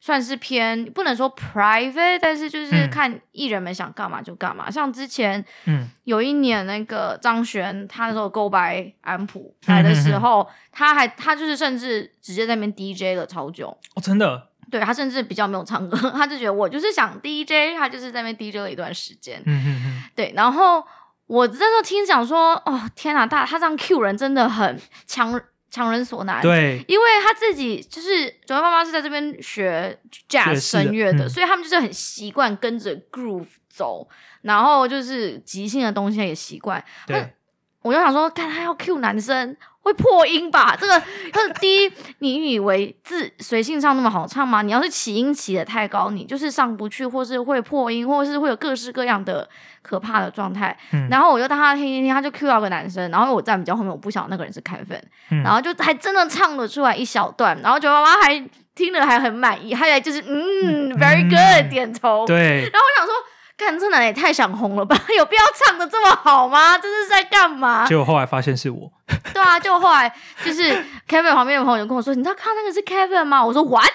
S1: 算是偏不能说 private，但是就是
S2: 嗯
S1: 看艺人们想干嘛就干嘛。像之前
S2: 嗯，
S1: 有一年那个张悬，他那时候勾白安普来的时候，
S2: 嗯
S1: 他还他就是甚至直接在那边 DJ 了超久，
S2: 哦，真的，
S1: 对他甚至比较没有唱歌， 他就觉得我就是想 DJ，他就是在那边 DJ 了一段时间，
S2: 嗯嗯嗯。
S1: 对，然后我那时候听讲说，哦天哪，大他这样 Q 人真的很强强人所难，
S2: 对，
S1: 因为他自己就是九妹妈妈是在这边学 jazz
S2: 爵士的
S1: 声乐的，
S2: 嗯
S1: 所以他们就是很习惯跟着 groove 走，然后就是即兴的东西也习惯。
S2: 对，
S1: 我就想说，看他要 Q 男生会破音吧？这个，这第一，你以为自随性唱那么好唱吗？你要是起音起的太高，你就是上不去，或是会破音，或是会有各式各样的可怕的状态。
S2: 嗯
S1: 然后我就当他听听听，他就 Q 到个男生，然后我站比较后面，我不晓得那个人是凯粉，
S2: 嗯
S1: 然后就还真的唱了出来一小段，然后九妈妈还听了还很满意，她还就是嗯，very
S2: 嗯
S1: good，点头。
S2: 对，
S1: 然后我想说，看这男的也太想红了吧？ 有必要唱的这么好吗？这是在干嘛？
S2: 结果后来发现是我，
S1: 对啊，就后来就是 Kevin 旁边的朋友就跟我说，你知道看那个是 Kevin 吗？我说 What？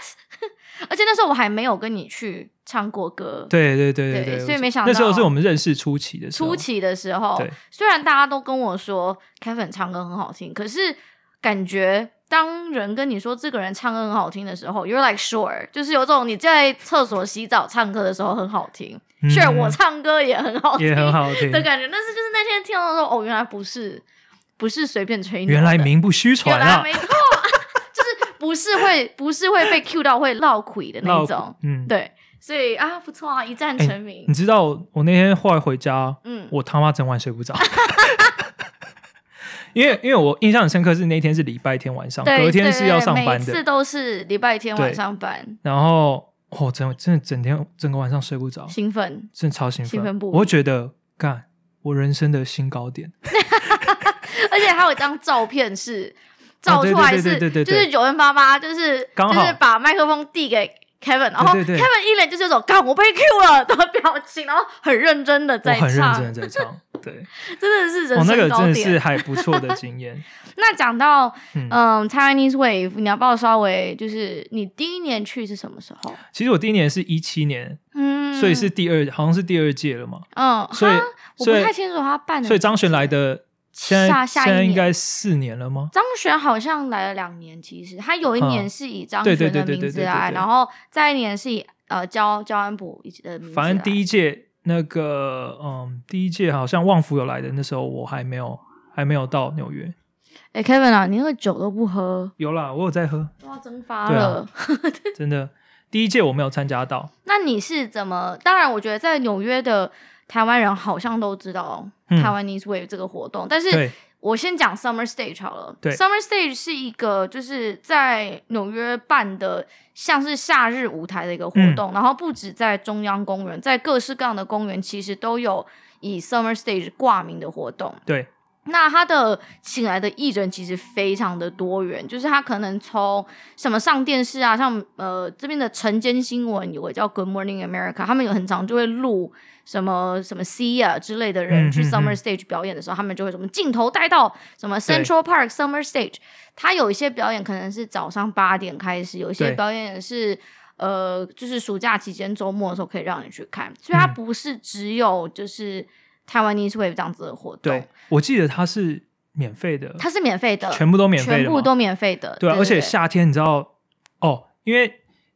S1: 而且那时候我还没有跟你去唱过歌，
S2: 对对对
S1: 对
S2: 对，
S1: 所以
S2: 我
S1: 没想
S2: 那时候
S1: 到
S2: 是我们认识初期的时候，
S1: 初期的时候
S2: 对，
S1: 虽然大家都跟我说 Kevin 唱歌很好听，可是感觉当人跟你说这个人唱歌很好听的时候，you're like sure，就是有种你在厕所洗澡唱歌的时候很好听、
S2: 嗯
S1: s u r e 我唱歌也很好听，
S2: 也 很好听
S1: 的，感觉。但是就是那天听到说，哦，原来不是不是随便吹牛的，
S2: 原来名不虚传
S1: 原来
S2: 啊，
S1: 没错，就是不是会不是会被 Q 到会落魁的那一种，
S2: 嗯，
S1: 对，所以啊不错啊，一战
S2: 哎
S1: 成名，
S2: 你知道我那天后来回家，
S1: 嗯
S2: 我他妈整晚睡不着。 因为因为我印象很深刻是那天是礼拜天晚上，
S1: 对，
S2: 隔天
S1: 对
S2: 是
S1: 对
S2: 要
S1: 对
S2: 上班
S1: 每
S2: 的，
S1: 次都是礼拜天晚
S2: 对
S1: 上班，
S2: 然后我、哦、整真的整天整个晚上睡不着，
S1: 兴奋，
S2: 真的超兴奋，
S1: 兴奋不已
S2: 我会觉得干我人生的新高点，
S1: 而且还有一张照片是照
S2: 哦对
S1: 出来
S2: 对
S1: 是
S2: 对对对对
S1: 就是九零八八，就是
S2: 刚
S1: 就
S2: 好
S1: 是把麦克风递给 Kevin，然后
S2: 对对
S1: Kevin 一脸就是有种干我被 Q 了的表情，然后很认真的
S2: 我
S1: 在
S2: 很认
S1: 唱，
S2: 真的在唱， 对，
S1: 真的是人，
S2: 哦那
S1: 生
S2: 个
S1: 高
S2: 真的是
S1: 点。
S2: 还不错的经验，
S1: 那讲到
S2: 嗯
S1: 嗯 Chinese Wave，你要不要稍微就是你第一年去是什么时候？
S2: 其实我第一年是一七年，
S1: 嗯，
S2: 所以是第二，好像是第二届了嘛，
S1: 嗯，
S2: 所以
S1: 哈我
S2: 所
S1: 不
S2: 以
S1: 太清楚他办的，
S2: 所以张璇来的现在
S1: 下下一
S2: 现在应
S1: 年
S2: 该四年了吗？
S1: 张悬好像来了两年，其实他有一年
S2: 嗯
S1: 是以张
S2: 对
S1: 悬
S2: 对
S1: 的
S2: 对对
S1: 名字
S2: 对对
S1: 来，
S2: 对
S1: 然后再一年是以呃焦焦安普的名字
S2: 反正第
S1: 一
S2: 一届那个，嗯，第一届好像旺福有来的，那时候我还没有还没有到纽约。
S1: 哎、Kevin 啊，你那个酒都不喝，
S2: 有啦，我有在喝，
S1: 都要蒸发
S2: 对啊
S1: 了。
S2: 真的。第一届我没有参加到，
S1: 那你是怎么？当然，我觉得在纽约的台湾人好像都知道
S2: 嗯
S1: 台湾 News Wave 这个活动，但是
S2: 对
S1: 我先讲 Summer Stage 好了。
S2: 对
S1: ，Summer Stage 是一个就是在纽约办的，像是夏日舞台的一个活动，然后不止在中央公园，在各式各样的公园其实都有以 Summer Stage 挂名的活动。
S2: 对，
S1: 那他的请来的艺人其实非常的多元，就是他可能从什么上电视啊，像呃这边的晨间新闻有个叫 Good Morning America，他们有很常就会录什么什么 Sia 之类的人
S2: 嗯
S1: 去
S2: 嗯
S1: Summer
S2: 嗯
S1: Stage 表演的时候，他们就会什么镜头带到什么
S2: 对
S1: Central Park Summer Stage，他有一些表演可能是早上八点开始，有一些
S2: 对
S1: 表演是。呃，就是暑假期间周末的时候可以让你去看，所以它
S2: 嗯
S1: 不是只有就是台湾 News Wave 这样子的活动
S2: 对，，我记得它是免费的，
S1: 它是免费的，
S2: 全部都免费
S1: 全
S2: 的
S1: 部
S2: 嘛，
S1: 都免费的。
S2: 对啊，而且
S1: 对
S2: 夏天你知道哦，因为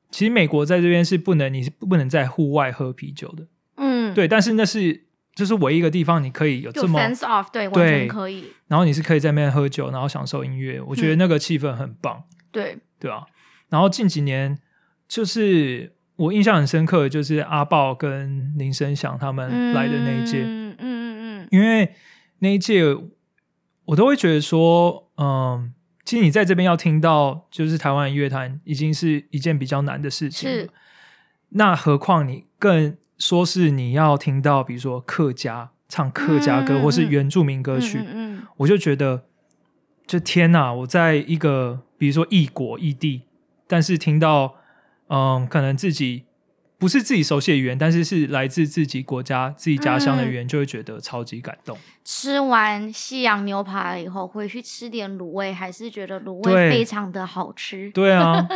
S2: 其实美国在这边是不能，你是不能在户外喝啤酒的，
S1: 嗯，，
S2: 对，但是那是就是唯一一个地方你可以有
S1: 就
S2: 这么
S1: fans off，对，完
S2: 对
S1: 全可以。
S2: 然后你是可以在那边喝酒，然后享受音乐，
S1: 嗯
S2: 我觉得那个气氛很棒，
S1: 对，
S2: 对啊。然后近几年，就是我印象很深刻，就是阿豹跟林声祥他们呃来的那一届，
S1: 嗯嗯嗯嗯，
S2: 因为那一届我都会觉得说，嗯，其实你在这边要听到就是台湾乐坛已经是一件比较难的事情
S1: 是
S2: 了，那何况你更说是你要听到，比如说客家唱客家歌，
S1: 嗯嗯
S2: 或是
S1: 嗯
S2: 原住民歌
S1: 嗯
S2: 曲，
S1: 嗯嗯
S2: 我就觉得，就天哪！我在一个比如说异国异地，但是听到嗯，可能自己不是自己熟悉的语言，但是是来自自己国家、自己家乡的
S1: 嗯
S2: 语言，就会觉得超级感动。
S1: 吃完西洋牛排以后，回去吃点卤味，还是觉得卤味
S2: 对
S1: 非常的好吃，
S2: 对 啊，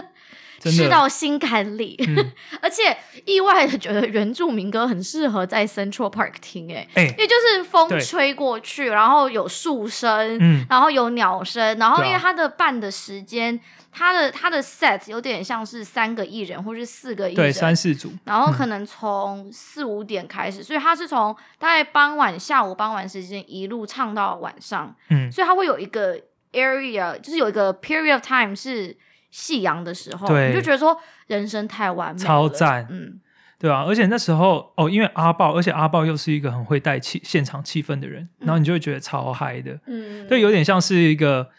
S2: 真
S1: 吃
S2: 的，
S1: 到心坎里。
S2: 嗯，
S1: 而且意外的觉得原住民歌很适合在 Central Park 听、欸，
S2: 哎、
S1: 因为就是风
S2: 对
S1: 吹过去，然后有树声，
S2: 嗯，
S1: 然后有鸟声，然后
S2: 对啊
S1: 因为他的办的时间，他的他的 set 有点像是三个艺人或是四个艺
S2: 对，
S1: 人，
S2: 三嗯四组，
S1: 然后可能从四五点开始，所以他是从大概傍晚下午傍晚时间一路唱到晚上，
S2: 嗯，
S1: 所以他会有一个 area，就是有一个 period of time 是夕阳的时候，
S2: 对
S1: 你就觉得说人生太完美了，
S2: 超赞
S1: 嗯，
S2: 对啊，而且那时候哦，因为阿豹，而且阿豹又是一个很会带气现场气氛的人，然后你就会觉得超嗨的，
S1: 嗯，
S2: 对，有点像是一个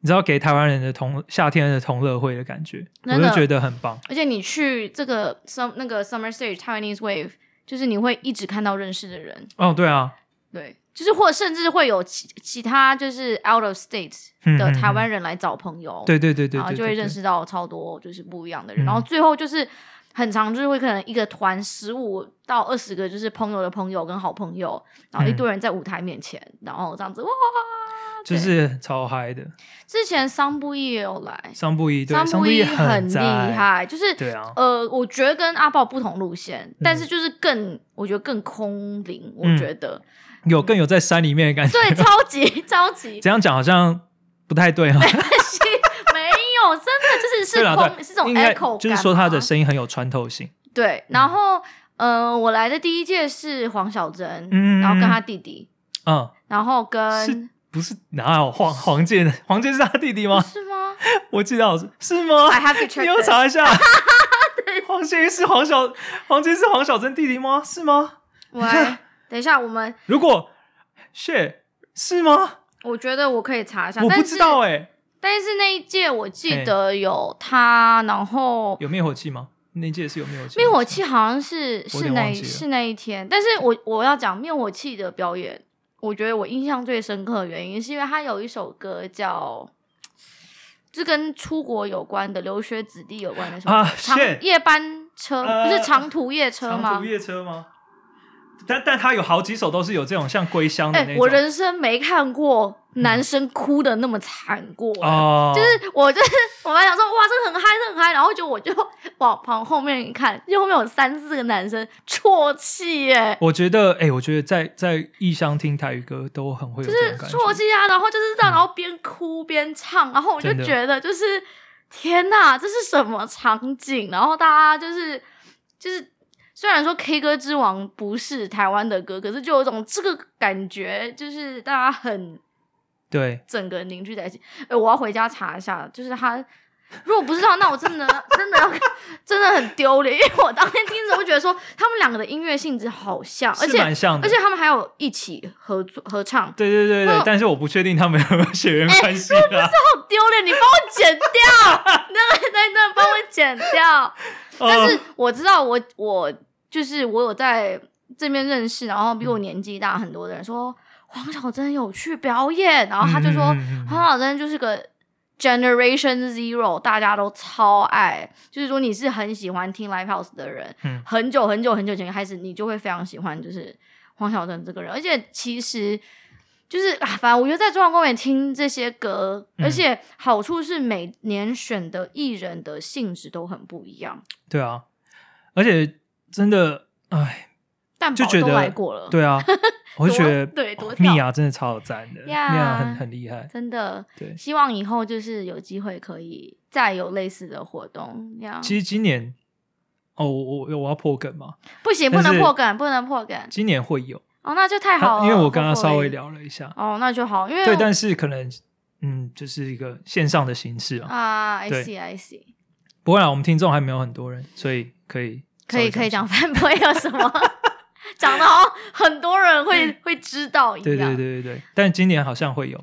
S2: 你知道给台湾人的同夏天的同乐会的感觉，我
S1: 真
S2: 就
S1: 的
S2: 觉得很棒。
S1: 而且你去这个 sum 那个 summer stage Taiwanese wave，就是你会一直看到认识的人，
S2: 哦，对啊，
S1: 对，就是或甚至会有其其他就是 out of state
S2: 嗯
S1: 的
S2: 嗯
S1: 台湾
S2: 嗯
S1: 人来找朋友，
S2: 对对对对
S1: 然后
S2: 对，
S1: 就会
S2: 对
S1: 认。
S2: 对
S1: 识到超多就是不一样的人，
S2: 嗯
S1: 然后最后就是很常就是会可能一个团十五到二十个就是朋友的朋友跟好朋友，然后一
S2: 嗯
S1: 堆人在舞台面前，然后这样子哇，
S2: 就是超嗨的，
S1: 之前桑布伊也有来，
S2: 桑布伊对，桑
S1: 布
S2: 布
S1: 伊
S2: 伊
S1: 很厉
S2: 赞，
S1: 害，就是
S2: 对啊
S1: 呃，我觉得跟阿豹不同路线，但是就是更我觉得更空灵，我
S2: 嗯
S1: 觉得
S2: 有更有在山里面的感觉。
S1: 对，超级超级
S2: 这样讲好像不太对哦。
S1: 没有，真的 就是
S2: 对
S1: 是
S2: 啦，
S1: 空
S2: 对，
S1: 是这种
S2: 应该
S1: echo，
S2: 就是
S1: 感
S2: 说他的嗯
S1: 嘛
S2: 声音很有穿透性。
S1: 对，然后呃，我来的第一届是黄小珍，
S2: 嗯
S1: 然后跟他弟弟，
S2: 嗯，
S1: 然后
S2: 是
S1: 跟
S2: 不是哪有黄黄健的？黄健是他弟弟吗？
S1: 是吗
S2: 我记得好像是吗？
S1: ？I have to check
S2: 哦你又
S1: this
S2: 查 一下。黄健是黄小黄健是黄小珍弟弟吗？是吗？
S1: 喂，等一下，我们
S2: 如果是是吗？
S1: 我觉得我可以查一下，
S2: 我
S1: 但
S2: 不
S1: 是
S2: 知道哎、
S1: 但是那一届我记
S2: 嘿
S1: 得有他，然后
S2: 有灭火器吗？那一届是有灭火器。
S1: 灭火器好像是是
S2: 我有点
S1: 那
S2: 忘
S1: 一
S2: 记了
S1: 是那一天，但是我我要讲灭火器的表演，我觉得我印象最深刻的原因是因为他有一首歌叫。就跟出国有关的、留学子弟有关的什么
S2: 啊
S1: 长
S2: ，shit
S1: 夜班车、不是
S2: 呃
S1: 长途夜车
S2: 长
S1: 吗
S2: 途？夜车吗？但但他有好几首都是有这种像归乡的
S1: 哎、
S2: 那种。嗯
S1: 我人生没看过男生哭的那么惨过、
S2: 哦，
S1: 就是我就是我们想说哇，这个很嗨，这个很嗨，然后就我就往旁后面一看，就后面有三四个男生啜泣耶，
S2: 我觉得，哎、我觉得在在异乡听台语歌都很会有
S1: 就
S2: 这
S1: 是
S2: 种感觉。
S1: 啜泣啊，然后就是这样，
S2: 嗯
S1: 然后边哭边唱，然后我就
S2: 真的
S1: 觉得就是天哪，这是什么场景？然后大家就是就是。虽然说 K 歌之王不是台湾的歌，可是就有一种这个感觉，就是大家很
S2: 对，
S1: 整个凝聚在一起。哎、我要回家查一下，就是他如果不知道，那我真的 真的要真的很丢脸，因为我当天听着，我觉得说他们两个的音乐性质好像，而
S2: 是
S1: 且
S2: 蛮像的。
S1: 而且他们还有一起合作合唱，
S2: 对对对
S1: 那
S2: 对，但是我不确定他们有没有血
S1: 哎
S2: 缘关系啦。
S1: 好丢脸！你帮我剪掉， 那个那那帮我剪掉。但是
S2: 哦
S1: 我知道我，我就是我有在这边认识，然后比
S2: 嗯
S1: 我年纪大很多的人说黄小珍有去表演，然后他就说、
S2: 嗯嗯嗯嗯嗯
S1: 黄小珍就是个 Generation Zero，大家都超爱，就是说你是很喜欢听 Live House 的人，
S2: 嗯
S1: 很久很久很久以前开始，你就会非常喜欢就是黄小珍这个人，而且其实。就是啊，反正我觉得在中央公园听这些歌，
S2: 嗯
S1: 而且好处是每年选的艺人的性质都很不一样。
S2: 对啊，而且真的，哎，
S1: 蛋
S2: 就
S1: 堡
S2: 觉
S1: 都来
S2: 得
S1: 过了，，
S2: 对啊，我就觉得
S1: 多对多
S2: 哦
S1: 跳
S2: 蜜娅真的超好赞的，蜜
S1: 呀
S2: 娅很很厉害。
S1: 真的
S2: 对，
S1: 希望以后就是有机会可以再有类似的活动。这样
S2: 其实今年，哦，我我我要破梗嘛，
S1: 不行，不
S2: 但是
S1: 能破梗，不能破梗。
S2: 今年会有，
S1: 哦，那就太好了，
S2: 因为我刚刚
S1: hopefully
S2: 稍微。聊了一下，
S1: 哦，那就好，因为
S2: 对，但是可能，嗯，就是一个线上的形式啊。
S1: 啊，I
S2: 对
S1: see I see，
S2: 不会啦，我们听众还没有很多人，所以可以
S1: 可以
S2: 稍
S1: 可以
S2: 微
S1: 讲
S2: 一下。
S1: 反驳有什么？ 讲的好像很多人会会知道一样。
S2: 对对对对对，但今年好像会有，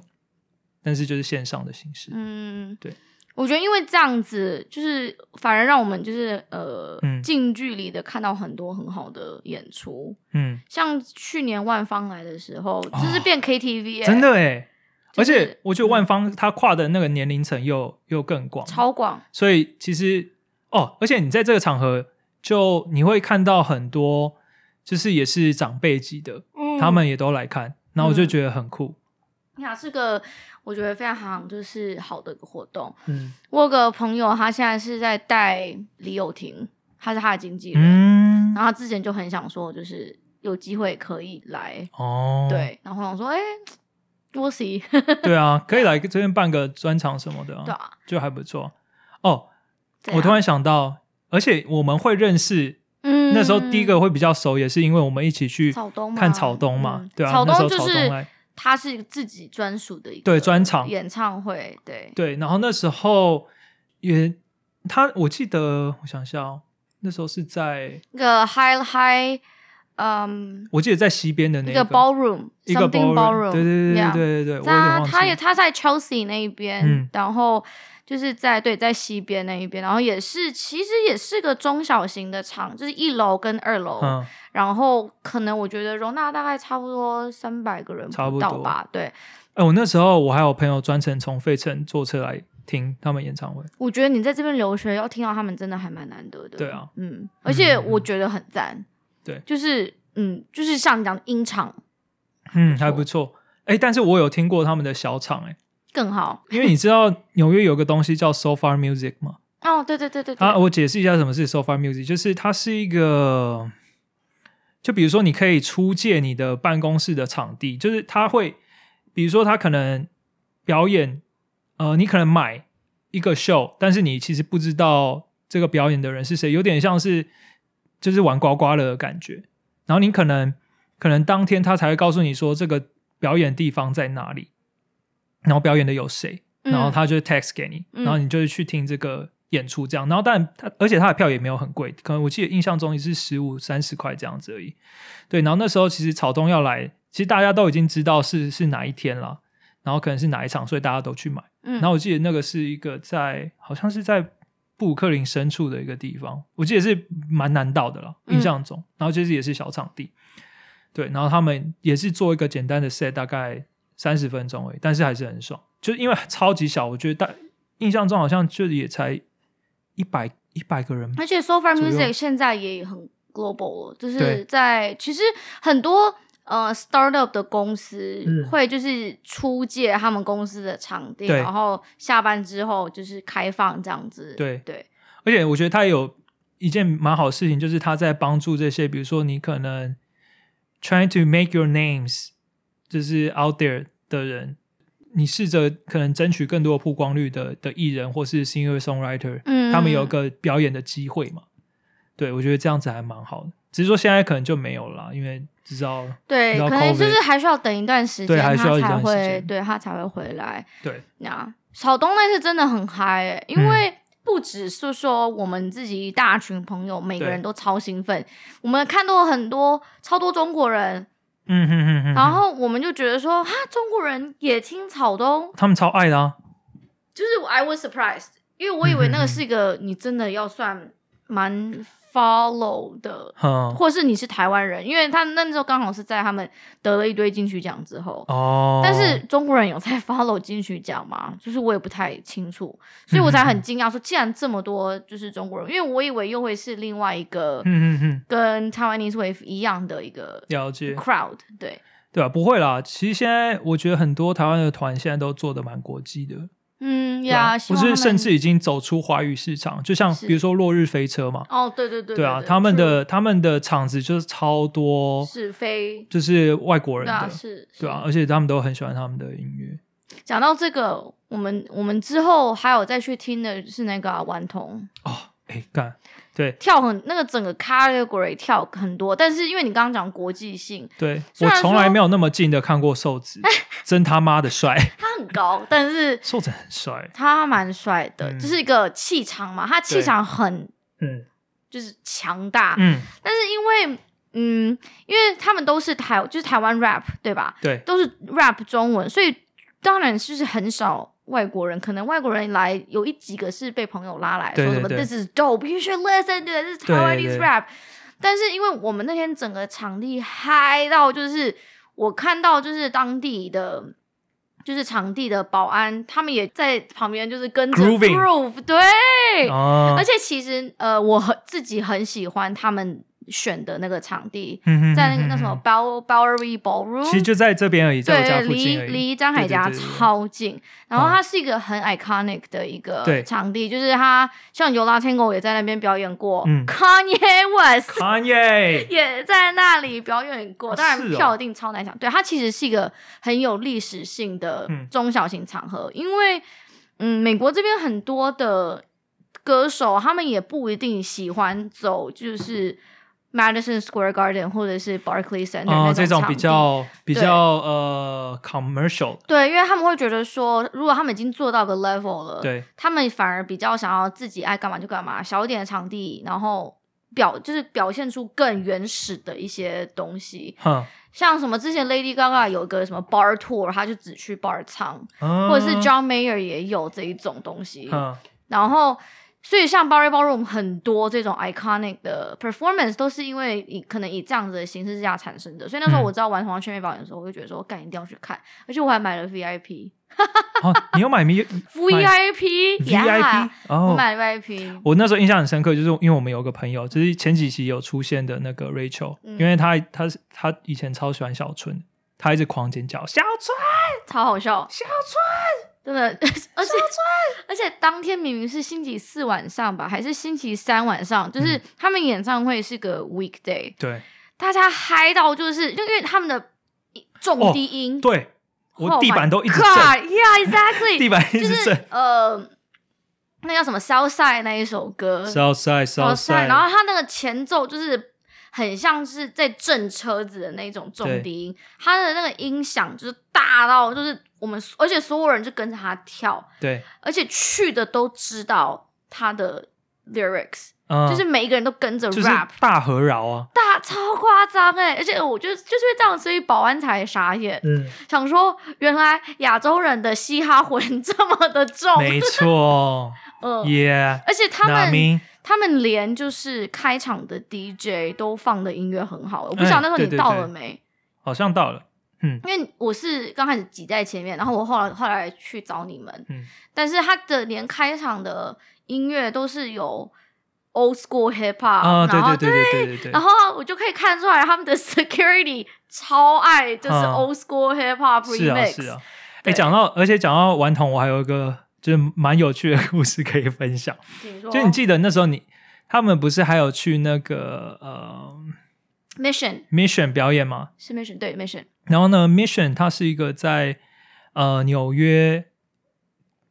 S2: 但是就是线上的形式。
S1: 嗯，
S2: 对。
S1: 我觉得，因为这样子，就是反而让我们就是呃
S2: 嗯
S1: 近距离的看到很多很好的演出，
S2: 嗯，
S1: 像去年万芳来的时候，就是变 KTV，、欸、
S2: 哦真的哎，
S1: 就
S2: 而
S1: 是
S2: 且我觉得万方他跨的那个年龄层又又更广，
S1: 嗯超广，
S2: 所以其实哦，而且你在这个场合就你会看到很多，就是也是长辈级的，
S1: 嗯
S2: 他们也都来看，然后我就
S1: 嗯
S2: 觉得很酷。
S1: 呀是个我觉得非常就是好的一个活动。
S2: 嗯
S1: 我有个朋友，他现在是在带李友廷，他是他的经纪人，
S2: 嗯
S1: 然后他之前就很想说，就是有机会可以来，
S2: 哦，
S1: 对，然后我想说，哎、多 see，
S2: 对啊，可以来这边办个专场什么的、
S1: 对啊，
S2: 就还不错。哦，
S1: 怎
S2: 我
S1: 样
S2: 突然想到，而且我们会认识，
S1: 嗯
S2: 那时候第一个会比较熟，也是因为我们一起去
S1: 草东嘛
S2: 看草东嘛，
S1: 嗯
S2: 对啊，
S1: 草
S2: 那时候
S1: 就
S2: 草
S1: 是
S2: 东来，
S1: 他是自己专属的一个
S2: 对专场
S1: 演唱会，对，
S2: 对，然后那时候也他，我记得我想一下哦，那时候是在
S1: 那个 high high，嗯，
S2: 我记得在西边的那
S1: 一个 ballroom，
S2: 一个
S1: something ballroom，
S2: 对对对
S1: yeah
S2: 对对对，我有点
S1: 他
S2: 忘记
S1: 他也
S2: 了
S1: 他在 Chelsea 那一边，
S2: 嗯
S1: 然后就是在对在西边那一边，然后也是其实也是个中小型的厂，就是一楼跟二楼，
S2: 嗯
S1: 然后可能我觉得容纳大概差不多三百个人
S2: 差不
S1: 到
S2: 多
S1: 吧。对，
S2: 哎、我那时候我还有朋友专程从费城坐车来听他们演唱会，
S1: 我觉得你在这边留学要听到他们真的还蛮难得的。
S2: 对啊，
S1: 嗯，而且我觉得很赞。
S2: 对
S1: 就是嗯，就是像你讲的音场
S2: 嗯，还不错。哎、但是我有听过他们的小场、哎，
S1: 更好。
S2: 因为你知道纽约有个东西叫 So Far Music 吗？
S1: 哦，对对对对对，
S2: 啊，我解释一下什么是 So Far Music，就是它是一个，就比如说你可以出借你的办公室的场地，就是它会，比如说它可能表演，呃，你可能买一个 show，但是你其实不知道这个表演的人是谁，有点像是就是玩刮刮乐的感觉。然后你可能可能当天他才会告诉你说这个表演地方在哪里，然后表演的有谁，
S1: 嗯
S2: 然后他就 text 给你，
S1: 嗯
S2: 然后你就是去听这个演出这样。然后但他而且他的票也没有很贵，可能我记得印象中也是十五三十块这样子而已。对，然后那时候其实草东要来，其实大家都已经知道是是哪一天了，然后可能是哪一场，所以大家都去买。
S1: 嗯，
S2: 然后我记得那个是一个在好像是在布鲁克林深处的一个地方，我记得是蛮难到的啦，
S1: 嗯
S2: 印象中。然后其实也是小场地，对，然后他们也是做一个简单的 set，大概三十分钟而已，但是还是很爽，就是因为超级小，我觉得大印象中好像就也才一百一百个人吧，
S1: 而且 So Far
S2: 左右
S1: Music 现在也很 global 了，就是
S2: 对
S1: 在其实很多呃 startup 的公司
S2: 嗯
S1: 会就是出借他们公司的场地，
S2: 对
S1: 然后下班之后就是开放这样子。
S2: 对
S1: 对，
S2: 而且我觉得他有一件蛮好的事情，就是他在帮助这些，比如说你可能 trying to make your names 就是 out there 的人，你试着可能争取更多的曝光率的的艺人或是 singer songwriter，、
S1: 嗯
S2: 他们有个表演的机会嘛。对，我觉得这样子还蛮好的，只是说现在可能就没有了啦，因为知道
S1: 对，
S2: 然后
S1: 可能就
S2: COVID
S1: 是还需要等一段时间，
S2: 对还需要一
S1: 他才
S2: 段时
S1: 会
S2: 间
S1: 对他才会回来。
S2: 对，
S1: 那草东那次真的很嗨、欸，因
S2: 嗯
S1: 为不只是说我们自己一大群朋友，每个
S2: 对
S1: 人都超兴奋，我们看到很多超多中国人，
S2: 嗯哼哼哼哼，
S1: 然后我们就觉得说，哈，中国人也听草东，
S2: 他们超爱的啊，
S1: 哦就是 I was surprised，因为我以为
S2: 嗯
S1: 那个是一个你真的要算蛮 follow 的，
S2: 嗯，
S1: 或是你是台湾人，因为他那时候刚好是在他们得了一堆金曲奖之后，
S2: 哦，
S1: 但是中国人有在 follow 金曲奖吗？就是我也不太清楚，所以我才
S2: 嗯
S1: 很惊讶说，既然这么多就是中国人，因为我以为又会是另外一个
S2: 嗯嗯嗯，
S1: 跟 Taiwanese Wave 一样的一个
S2: 了解。
S1: crowd，对，
S2: 对啊吧、不会啦，其实现在我觉得很多台湾的团现在都做的蛮国际的，
S1: 嗯
S2: 对啊
S1: 呀，希
S2: 不
S1: 望他
S2: 是
S1: 们
S2: 甚至已经走出华语市场，就像
S1: 是
S2: 比如说落日飞车嘛，
S1: 哦，对对对
S2: 对啊，他们
S1: true，
S2: 的他们的场子就是超多，
S1: 是非，
S2: 就是外国人
S1: 对
S2: 的，
S1: 啊是，
S2: 对啊，
S1: 是
S2: 而且他们都很喜欢他们的音乐，
S1: 讲到这个，我们我们之后还有再去听的是那个啊顽、童
S2: 哦，哎，干，对
S1: 跳很那个整个 category 跳很多，但是因为你刚刚讲国际性，
S2: 对，
S1: 虽
S2: 我
S1: 然
S2: 从来没有那么近的看过 瘦子，真他妈的帅，
S1: 他很高，但是
S2: 瘦子很帅，
S1: 他蛮帅的，
S2: 嗯
S1: 就是一个气场嘛，他气场很
S2: 嗯
S1: 就是强大，
S2: 嗯，
S1: 但是因为嗯，因为他们都是台就是台湾 rap 对吧，
S2: 对，
S1: 都是 rap 中文，所以当然就是很少。外国人可能外国人来有一几个是被朋友拉来
S2: 对
S1: 说什么
S2: 对对
S1: “This is dope, you should listen to it, this is
S2: 对对
S1: Taiwanese
S2: 对
S1: rap”，但是因为我们那天整个场地嗨到，就是我看到就是当地的，就是场地的保安，他们也在旁边就是跟着
S2: Grooving
S1: groove，对，
S2: 啊
S1: 而，且其实呃，我很自己很喜欢他们选的那个场地，在那个那什么
S2: 嗯，
S1: Bow Bowery
S2: 嗯嗯嗯其
S1: Ballroom。
S2: 实就在这边而已，在我家
S1: 对，
S2: 附近
S1: 离
S2: 而已，
S1: 离张海
S2: 对对
S1: 家
S2: 对对对
S1: 超近，然后
S2: 嗯
S1: 它是一个很 iconic 的一个
S2: 对
S1: 场地，就是它像 Yola Tango 也在那边表演过、
S2: 嗯
S1: k a n y West
S2: 康耶，
S1: 也在那里表演过，
S2: 啊
S1: 当然
S2: 是哦
S1: 票一定超难抢。对，它其实是一个很有历史性的
S2: 嗯
S1: 中小型场合，因为嗯，美国这边很多的歌手他们也不一定喜欢走就是 Madison Square Garden 或者是 Barclays Center
S2: 哦
S1: 那，
S2: 这
S1: 种
S2: 种
S1: 场
S2: 比
S1: 地
S2: 较比
S1: 对
S2: 较呃 commercial，
S1: 对，因为他们会觉得说，如果他们已经做到个 level 了，
S2: 对
S1: 他们反而比较想要自己爱干嘛就干嘛，小一点的场地，然后表就是表现出更原始的一些东西，
S2: 哼，
S1: 像什么之前 Lady Gaga 有一个什么 bar tour，她就只去 bar 唱，
S2: 啊
S1: 或者是 John Mayer 也有这一种东西。
S2: 哼
S1: 然后，所以像 Barry Ballroom 很多这种 iconic 的 performance 都是因为以可能以这样子的形式之下产生的。所以那时候
S2: 嗯
S1: 我知道玩同行圈内表演的时候，我就觉得说，干一定要去看，而且我还买了 VIP，VIP
S2: 哦，你有买 咪
S1: 呀
S2: VIP 哦，
S1: 我买了 VIP，
S2: 我那时候印象很深刻，就是因为我们有个朋友，就是前几期有出现的那个 Rachel，、因
S1: 嗯
S2: 为她她是她以前超喜欢小春，她一直狂尖叫小春
S1: 超好笑，
S2: 小春，
S1: 真的。 而且而且当天明明是星期四晚上吧，还是星期三晚上，
S2: 嗯
S1: 就是他们演唱会是个 weekday，、
S2: 对
S1: 大家嗨到就是，就因为他们的重低音。
S2: 哦对，我
S1: Oh
S2: 地板
S1: my
S2: 都一 直震，
S1: God，Yeah, exactly。
S2: 地板一
S1: 就
S2: 直
S1: 是
S2: 震。
S1: 呃，那叫什么《Southside》那一首歌，
S2: Southside
S1: Southside，然后它那个前奏就是很像是在震车子的那种重低音，它的那个音响就是大到就是我们，而且所有人就跟着他跳，
S2: 对，
S1: 而且去的都知道他的 lyrics，、
S2: 嗯，
S1: 就是每一个人都跟着
S2: 就是
S1: rap，、
S2: 大合饶啊，
S1: 大超夸张哎！而且我就就是因为这样，所以保安才傻眼，
S2: 嗯，
S1: 想说原来亚洲人的嘻哈魂这么的重，
S2: 没 错
S1: 嗯。
S2: ，Yeah，
S1: 而且他
S2: 那
S1: 们
S2: 明
S1: 他们连就是开场的 DJ 都放的音乐很好，我不
S2: 哎
S1: 知道那时候
S2: 对
S1: 你
S2: 对
S1: 到
S2: 对
S1: 了没？
S2: 好像到了，
S1: 因为我是刚开始挤在前面，然后我后来后来去找你们，
S2: 嗯
S1: 但是他的连开场的音乐都是有 old school hip hop，、
S2: 啊，对
S1: 然后
S2: 对对对对对
S1: 然
S2: 对，
S1: 后我就可以看出来他们的 security 超爱就是
S2: 嗯
S1: old school hip hop
S2: 是啊
S1: remix，
S2: 是啊，哎，
S1: 对
S2: 讲到而且讲到顽童，我还有一个就是蛮有趣的故事可以分享。
S1: 你说
S2: 就你记得那时候你他们不是还有去那个呃
S1: mission
S2: Mission 表演吗？
S1: 是 mission 对 mission
S2: 然后呢，Mission 它是一个在呃纽约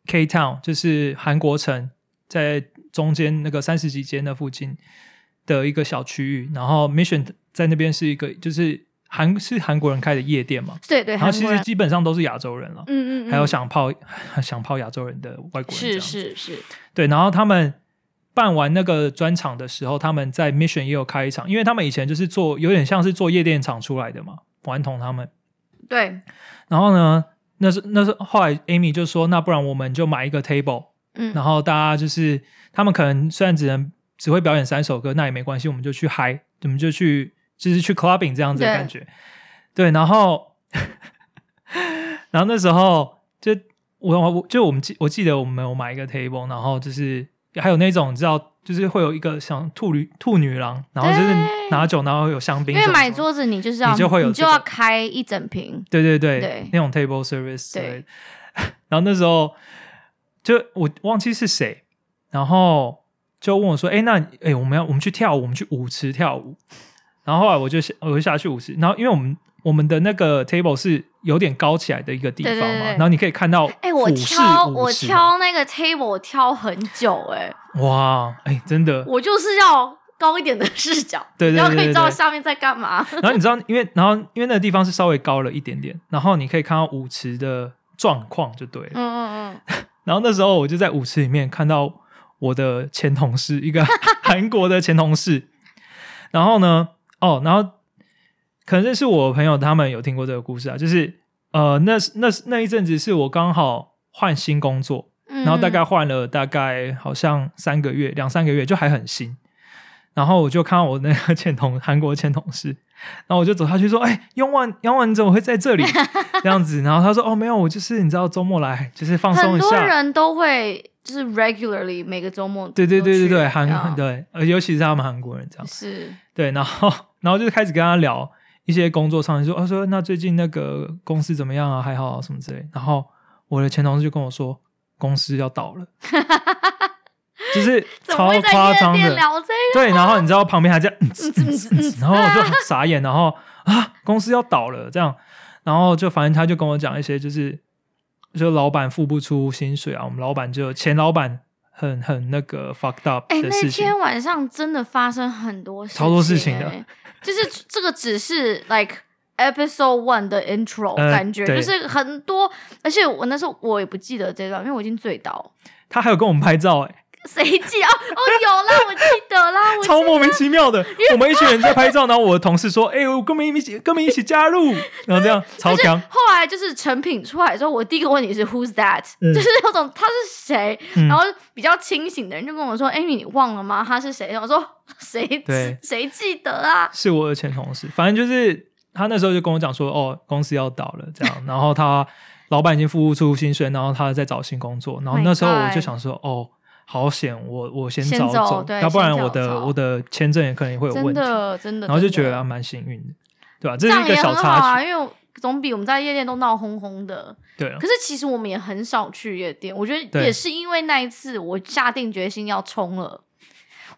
S2: K Town，就是韩国城，在中间那个三十几街那附近的一个小区域。然后 Mission 在那边是一个就是韩是韩国人开的夜店嘛，
S1: 对对，
S2: 然后
S1: 韩
S2: 其
S1: 国
S2: 实
S1: 人
S2: 基本上都是亚洲人了，
S1: 嗯嗯嗯，
S2: 还有想泡 想泡亚洲人的外国人这
S1: 是
S2: 样子，
S1: 是是，
S2: 对，然后他们办完那个专场的时候，他们在 Mission 也有开一场，因为他们以前就是做有点像是做夜店场出来的嘛，顽童他们。
S1: 对，
S2: 然后呢，那是那是后来 Amy 就说，那不然我们就买一个 table，
S1: 嗯
S2: 然后大家就是他们可能虽然只能只会表演三首歌，那也没关系，我们就去嗨，我们就去就是去 clubbing 这样子的
S1: 对
S2: 感觉。对，然后 然后那时候就我我就我们记我记得我们有买一个 table，然后就是还有那种你知道。就是会有一个像兔女兔女郎，然后就是
S1: 对
S2: 拿酒，然后有香槟
S1: 因
S2: 什
S1: 为
S2: 么什么的，
S1: 买桌子你就是要
S2: 你就会有这个
S1: 要开一整瓶，
S2: 对对对，
S1: 对
S2: 那种 table service 之
S1: 对
S2: 类的。 然后那时候就我忘记是谁，然后就问我说：“哎，那哎，我们要我们去跳舞，我们去舞池跳舞。”然后后来我就下我就下去舞池，然后因为我们我们的那个 table 是有点高起来的一个地方嘛，
S1: 对对对对
S2: 然后你可以看到
S1: 哎、我
S2: 俯视
S1: 挑
S2: 舞
S1: 我
S2: 池
S1: 挑那个 table 我挑很久、哎，
S2: 哇，哎，真的。
S1: 我就是要高一点的视角，
S2: 对对
S1: 然后
S2: 对
S1: 可以
S2: 对
S1: 知道
S2: 对
S1: 下面在干嘛。
S2: 然后你知道，因为然后因为那个地方是稍微高了一点点，然后你可以看到舞池的状况就对了。
S1: 嗯嗯嗯，
S2: 然后那时候我就在舞池里面看到我的前同事，一个 韩国的前同事。然后呢，哦，然后可能认识我的朋友，他们有听过这个故事啊，就是呃，那那那一阵子是我刚好换新工作，
S1: 嗯
S2: 然后大概换了大概好像三个月，两三个月就还很新。然后我就看到我那个前同韩国前同事，然后我就走下去说：“哎，永万永万，你怎么会在这里？”这样子，然后他说：“哦，没有，我就是你知道周末来，就是放松
S1: 很
S2: 一下。”
S1: 多人都会就是 regularly 每个周末
S2: 对对对对对，韩
S1: 国
S2: 对，呃，尤其是他们韩国人这样，
S1: 是
S2: 对，然后 然后就开始跟他聊一些工作上的，说，哦，说那最近那个公司怎么样啊，还好、啊、什么之类，然后我的前同事就跟我说，公司要倒了，就是
S1: 怎么
S2: 超
S1: 会在
S2: 夸
S1: 夜
S2: 张
S1: 店
S2: 的，
S1: 聊这个？
S2: 对，然后你知道旁边还在，嗯
S1: 嗯嗯嗯
S2: 然后我就很傻眼，然后啊，公司要倒了这样，然后就反正他就跟我讲一些就是，就老板付不出薪水啊，我们老板就前老板很很那个 fucked up
S1: 哎、
S2: 的
S1: 那
S2: 事情，
S1: 天晚上真的发生很多
S2: 超多事情的
S1: 哎，就是 这个只是 like episode one 的 intro、
S2: 呃
S1: 感觉，
S2: 对
S1: 就是很多，而且我那时候我也不记得这段，因为我已经醉倒，
S2: 他还有跟我们拍照哎、
S1: 谁记啊？哦，有啦，我记得啦，我
S2: 超莫名其妙的。我们一群人在拍照，然后我的同事说：“哎、我跟我们一起，跟我们一起加入。”然 后这样超强，
S1: 后来就是成品出来之后，我第一个问题是 Who's that？、
S2: 嗯
S1: 就是有种他是谁？
S2: 嗯
S1: 然后比较清醒的人就跟我说：“Amy，你忘了吗？他是谁？”我说：“谁
S2: 对
S1: 谁记得啊
S2: 是我的前同事。反正就是他那时候就跟我讲说：“哦，公司要倒了，这样。”然后他老板已经付出薪水，然后他在找新工作。然后
S1: My
S2: 那时候我
S1: God
S2: 就想说：“哦，好险，我我先
S1: 先
S2: 早
S1: 走
S2: 走，
S1: 对
S2: 要不然
S1: 先早
S2: 我的
S1: 走
S2: 我的签证也可能会？”有
S1: 真
S2: 问题。
S1: 的，真的，
S2: 然后就
S1: 真
S2: 觉
S1: 的
S2: 得啊蛮幸运的，对吧、
S1: 这
S2: 这是
S1: 样
S2: 一个
S1: 也
S2: 小
S1: 很好啊，
S2: 插曲，
S1: 因为我总比我们在夜店都闹哄哄的。
S2: 对啊了
S1: 可。是其实我们也很少去夜店，我觉得
S2: 嗯对
S1: 也是因为那一次我下定决心要冲了。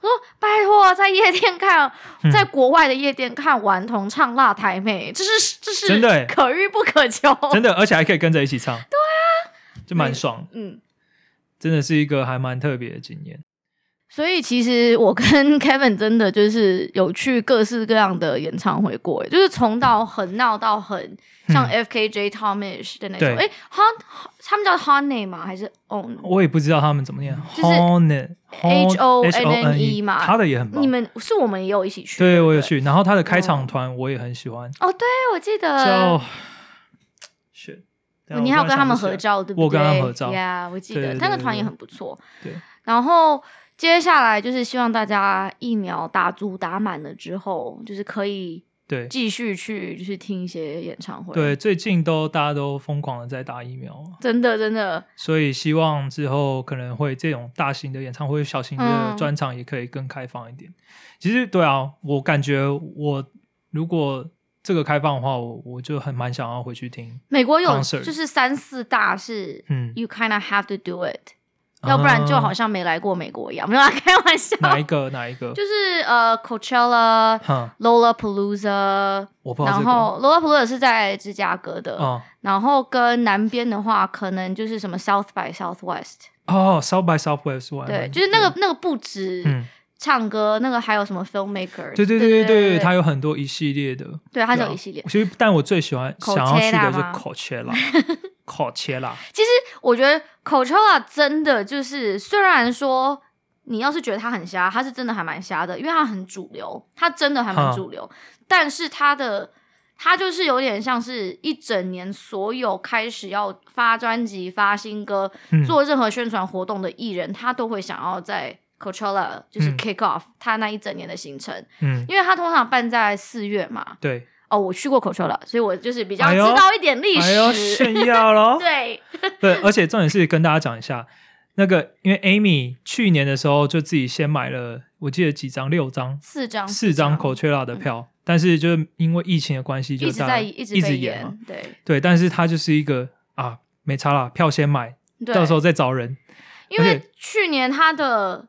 S1: 我说拜托，在夜店看，
S2: 嗯
S1: 在国外的夜店看顽童唱辣台妹，这是这是
S2: 真的欸
S1: 可遇不可求，
S2: 真的，而且还可以跟着一起唱。对啊，就蛮爽，
S1: 嗯。
S2: 真的是一个还蛮特别的经验。
S1: 所以其实我跟 Kevin 真的就是有去各式各样的演唱会过，欸就是从到很闹到很像 FKJ Tomish 的那种，
S2: 嗯对
S1: 哎、h o 他们叫 Honey 吗？还是 On？
S2: 我也不知道他们怎么念
S1: 就是
S2: ，Honen
S1: H O N N E
S2: H-O-N-E
S1: 嘛
S2: 他的也很棒
S1: 你。们是我们也有一起去，
S2: 对，我有
S1: 不
S2: 去，然后他的开场团我也很喜欢，
S1: 哦，对，我记
S2: 叫
S1: 得
S2: shit，等一下
S1: 呃你还有
S2: 啊我突然
S1: 跟他们
S2: 想不起来
S1: 合，照，对不对？
S2: 我跟他们合照
S1: 呀我记
S2: 对
S1: 得
S2: 对
S1: 那个
S2: 对
S1: 团也
S2: 对
S1: 很不错。
S2: 对，
S1: 然后接下来就是希望大家疫苗打足打满了之后，就是可以
S2: 对
S1: 继续去就是听一些演唱会。
S2: 对，，最近都大家都疯狂的在打疫苗嘛，
S1: 真的真的，
S2: 所以希望之后可能会这种大型的演唱会、小型的
S1: 嗯
S2: 专场也可以更开放一点。其实，对啊，我感觉我如果这个开放的话，我我就很蛮想要回去听。
S1: 美国有
S2: Concert
S1: 就是三四大是
S2: 嗯，
S1: you kind of have to do it，、要不然就好
S2: 啊
S1: 像没来过美国一样。没有 啦，开玩笑，
S2: 哪一个哪一个，
S1: 就是呃 Coachella。
S2: 哼，
S1: Lollapalooza，
S2: 我不知道
S1: 然
S2: 这个。
S1: 后 Lollapalooza 是在芝加哥的，
S2: 哦
S1: 然后跟南边的话，可能就是什么 South by Southwest，
S2: 哦，South by Southwest，我还
S1: 对，
S2: 蛮
S1: 就是那个那个不止
S2: 嗯，
S1: 唱歌，那个还有什么 filmmaker，
S2: 对
S1: 对
S2: 对对对对，
S1: 对，
S2: 它有很多一系列的，
S1: 对它是有
S2: 对啊
S1: 一系列。
S2: 其实但我最喜欢想要去的
S1: Coachella 吗
S2: 是 Coachella，Coachella，
S1: 其实我觉得 Coachella 真的就是，虽然说你要是觉得它很瞎，它是真的还蛮瞎的，因为它很主流，它真的还蛮
S2: 哈
S1: 主流，但是它的。它就是有点像是一整年所有开始要发专辑、发新歌、
S2: 嗯
S1: 做任何宣传活动的艺人，他都会想要在 Coachella 就是
S2: 嗯
S1: kick off 他那一整年的行程，
S2: 嗯，
S1: 因为他通常办在四月嘛。
S2: 对，
S1: 哦，我去过 Coachella，所以我就是比较
S2: 哎
S1: 知
S2: 呦
S1: 道一点历
S2: 哎呦，
S1: 史。，
S2: 炫耀喽
S1: 对，
S2: 对，而且重点是跟大家讲一下，那个因为 Amy 去年的时候就自己先买了，我记得几张，六张、
S1: 四张嗯
S2: 四张 Coachella 的票，但是就是因为疫情的关系，就
S1: 一直在一直
S2: 一
S1: 被
S2: 直演嘛
S1: 演，对
S2: 对，但是它就是一个啊，没差啦，票先买，
S1: 对，
S2: 到时候再找人。
S1: 因
S2: 而
S1: 为
S2: 且
S1: 去年他的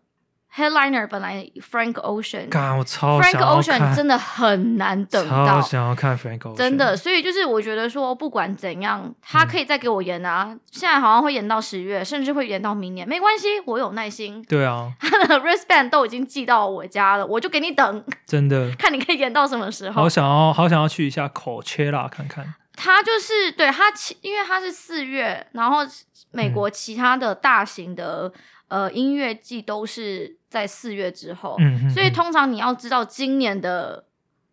S1: headliner 本来 Frank Ocean，Frank
S2: 干，我超想要
S1: Ocean
S2: 看，
S1: 真的很难等
S2: 超
S1: 到，
S2: 想要看 Frank Ocean，
S1: 真的，所以就是我觉得说，不管怎样，他
S2: 嗯
S1: 可以再给我延啊。现在好像会延到十月，甚至会延到明年，没关系，我有耐心。
S2: 对啊，
S1: 他的 wristband 都已经寄到我家了，我就给你等，
S2: 真的，
S1: 看你可以延到什么时候
S2: 好。想要，好想要去一下 Coachella 看看。
S1: 他就是对他其，因为他是四月，然后
S2: 嗯
S1: 美国其他的大型的、呃音乐季都是在四月之后，
S2: 嗯
S1: 哦
S2: 嗯
S1: 所以
S2: 嗯
S1: 通常你要知道今年的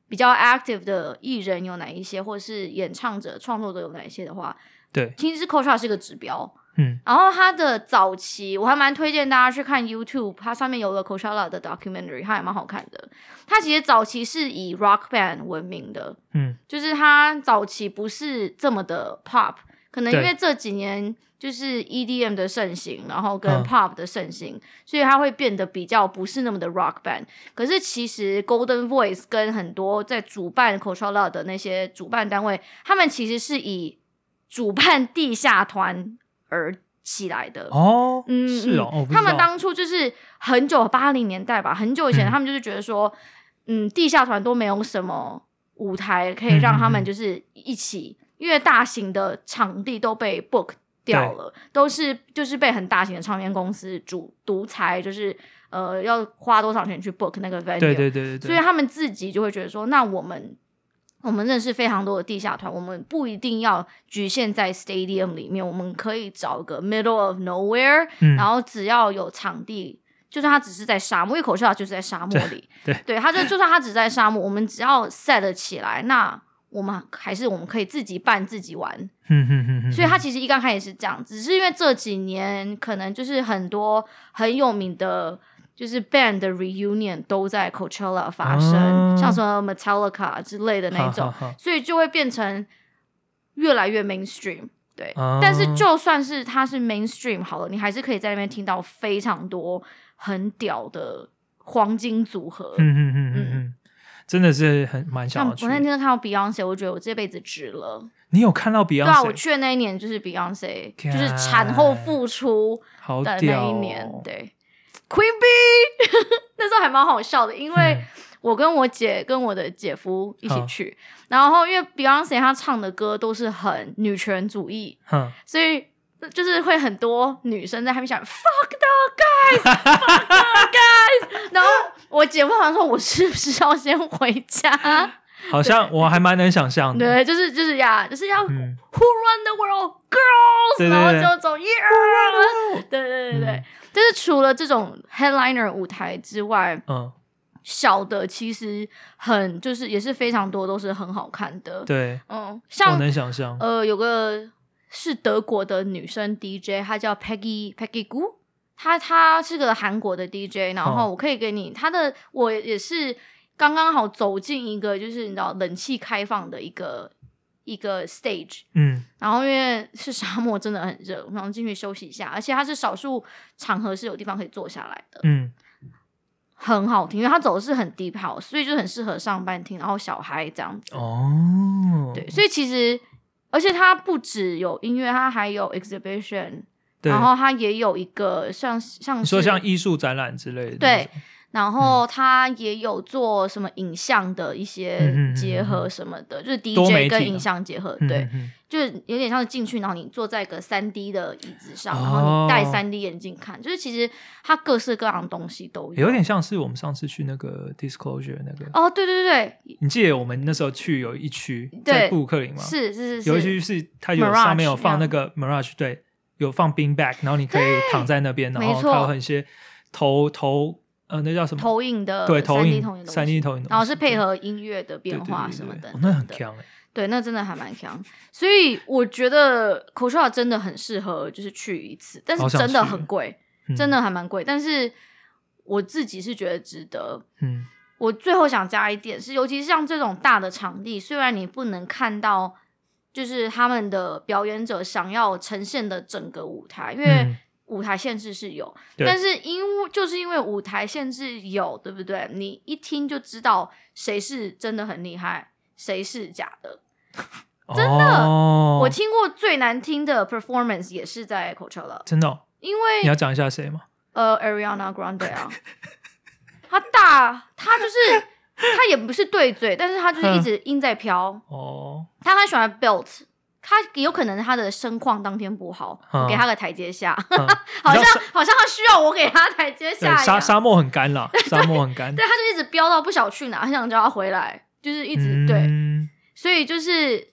S1: 比较 active 的艺人有哪一些，或是演唱者、创作者有哪一些的话，
S2: 对，
S1: 其实 Coachella 是个指标。
S2: 嗯，
S1: 然后他的早期，我还蛮推荐大家去看 YouTube，它上面有了 Coachella 的 documentary，它也蛮好看的。它其实早期是以 rock band 闻名的，
S2: 嗯，
S1: 就是它早期不是这么的 pop，可能因
S2: 对
S1: 为这几年就是 EDM 的盛行，然后跟
S2: 嗯
S1: pop 的盛行，所以它会变得比较不是那么的 rock band。可是其实 Golden Voice 跟很多在主办 Coachella 的那些主办单位，他们其实是以主办地下团而起来的。
S2: 哦，
S1: 嗯，
S2: 是哦，
S1: 嗯
S2: 哦我不知
S1: 他们
S2: 道
S1: 当初就是很久八零年代吧，很久以前，
S2: 嗯
S1: 他们就是觉得说，嗯，地下团都没有什么舞台可以让他
S2: 嗯嗯
S1: 们
S2: 嗯
S1: 就是一起，因为大型的场地都被 book 掉了，都是就是被很大型的唱片公司主独裁，就是呃要花多少钱去 book 那个 venue，
S2: 对对对对对，
S1: 所以他们自己就会觉得说，那我们我们认识非常多的地下团，我们不一定要局限在 stadium 里面，我们可以找个 middle of nowhere，、
S2: 嗯
S1: 然后只要有场地，就算他只是在沙漠，因为口哨就是在沙漠里，
S2: 对
S1: 对，他就就算他只在沙漠，我们只要 set 起来，那我们还是我们可以自己办自己玩，
S2: 嗯哼哼哼，
S1: 所以他其实一刚开始是这样，只是因为这几年可能就是很多很有名的，就是 band 的 reunion 都在 Coachella 发生，
S2: 啊
S1: 像什么 Metallica 之类的那一种，
S2: 好好好
S1: 所以就会变成越来越 mainstream。对，
S2: 啊
S1: 但是就算是它是 mainstream 好了，你还是可以在那边听到非常多很屌的黄金组合。
S2: 嗯哼哼哼哼，真的是很蛮想
S1: 像
S2: 要
S1: 我
S2: 去。
S1: 那天看到 Beyonce，我觉得我这辈子值了。
S2: 你有看到 Beyonce？
S1: 对啊，我去的那一年就是 Beyonce，就是产后
S2: 啊
S1: 复出
S2: 好
S1: 的
S2: 屌、
S1: 那
S2: 哦、
S1: 一年，对，Queen B，那 时候还蛮好笑的，因为
S2: 嗯
S1: 我跟我姐跟我的姐夫一起
S2: 好
S1: 去，然后因为 Beyonce 她唱的歌都是很女权主义，
S2: 哼，
S1: 所以就是会很多女生在那边想 fuck the guys，fuck the guys，然后我姐夫好像说我是不是要先回 家？
S2: 好像我还蛮能想象的。
S1: 对，就是就是呀，就是要 Who
S2: 嗯
S1: run the world, girls，
S2: 对对对
S1: 然后就走 Yeah，对对对对，
S2: 嗯
S1: 就是除了这种 headliner 舞台之外，
S2: 嗯，
S1: 小的其实很就是也是非常多都是很好看的，
S2: 对，
S1: 嗯，
S2: 我
S1: 像
S2: 能想象。
S1: 呃有个是德国的女生 DJ，她叫 Peggy Peggy Gu。她她是个韩国的 DJ，然后
S2: 哦
S1: 我可以给你她的，我也是刚刚好走进一个就是你知道冷气开放的一个一个 stage，
S2: 嗯，
S1: 然后因为是沙漠，真的很热，然后进去休息一下，而且它是少数场合是有地方可以坐下来的，
S2: 嗯
S1: 很好听，因为它走的是很 deep house，所以就很适合上班听，然后小孩这样子。
S2: 哦，
S1: 对，所以其实而且它不只有音乐，它还有 exhibition，
S2: 对
S1: 然后它也有一个像像
S2: 你说
S1: 是
S2: 像艺术展览之类的，
S1: 对，然后他也有做什么影像的一些
S2: 嗯嗯嗯
S1: 结合
S2: 嗯
S1: 什么的，就是
S2: 多
S1: DJ
S2: 媒体
S1: 跟
S2: 的
S1: 影像结合，
S2: 嗯
S1: 对，，
S2: 嗯
S1: 就是有点像是进去，然后你坐在一个三 D 的椅子上，
S2: 哦
S1: 然后你戴三 D 眼镜看，就是其实它各式各样的东西都
S2: 嗯
S1: 有。
S2: 有点像是我们上次去那个 Disclosure 那个，
S1: 哦，对对对
S2: 你记得我们那时候去有一区
S1: 对
S2: 在布鲁克林
S1: 对，
S2: 吗？
S1: 是是
S2: 有
S1: 是是
S2: 一区，是它有
S1: Mirage
S2: 上面有放那个 Mirage，对，有放 Bean Bag，然后你可以躺在那边，然
S1: 没
S2: 后
S1: 错
S2: 它有很些投投呃那叫什么？
S1: 投影的
S2: 对，投
S1: 3D
S2: 影
S1: 投影的东
S2: 三
S1: 西
S2: D 投影的东西，
S1: 然后是配
S2: 对
S1: 合音乐的
S2: 对
S1: 变化
S2: 对对
S1: 什么
S2: 对
S1: 的
S2: 哦，，那很
S1: 对
S2: 强哎，
S1: 对，那真的还蛮强。所以我觉得 Coachella 真的很适合，就是去一次，但是
S2: 好想
S1: 真的
S2: 去
S1: 很贵，
S2: 嗯
S1: 真的还蛮贵。但是我自己是觉得值得，
S2: 嗯
S1: 我最后想加一点是，尤其是像这种大的场地，虽然你不能看到就是他们的表演者想要呈现的整个舞台，因为
S2: 嗯
S1: 舞台限制是有，
S2: 对
S1: 但是因为就是因为舞台限制有，对不对？你一听就知道谁是真的很厉害，谁是假的。
S2: 真的，
S1: 我听过最难听的 performance 也是在 Coachella，
S2: 真的哦，
S1: 因为
S2: 你要讲一下谁吗？
S1: 呃，Ariana Grande 啊，她大，她就是她也不是对嘴，但是她就是一
S2: 嗯
S1: 直音在飘。
S2: 哦，
S1: 她很喜欢 belt，她有可能她的声况当天不好，我给
S2: 嗯
S1: 她个台阶下，
S2: 嗯
S1: 好
S2: 你
S1: 像
S2: 知道沙
S1: 好像她需要我给她台阶下
S2: 对
S1: 一
S2: 沙
S1: 样。
S2: 沙漠很干啦，沙漠很 干，
S1: 对，她就一直飙到不晓去哪，很想叫她回来，就是一直、对，
S2: 嗯
S1: 所以就是，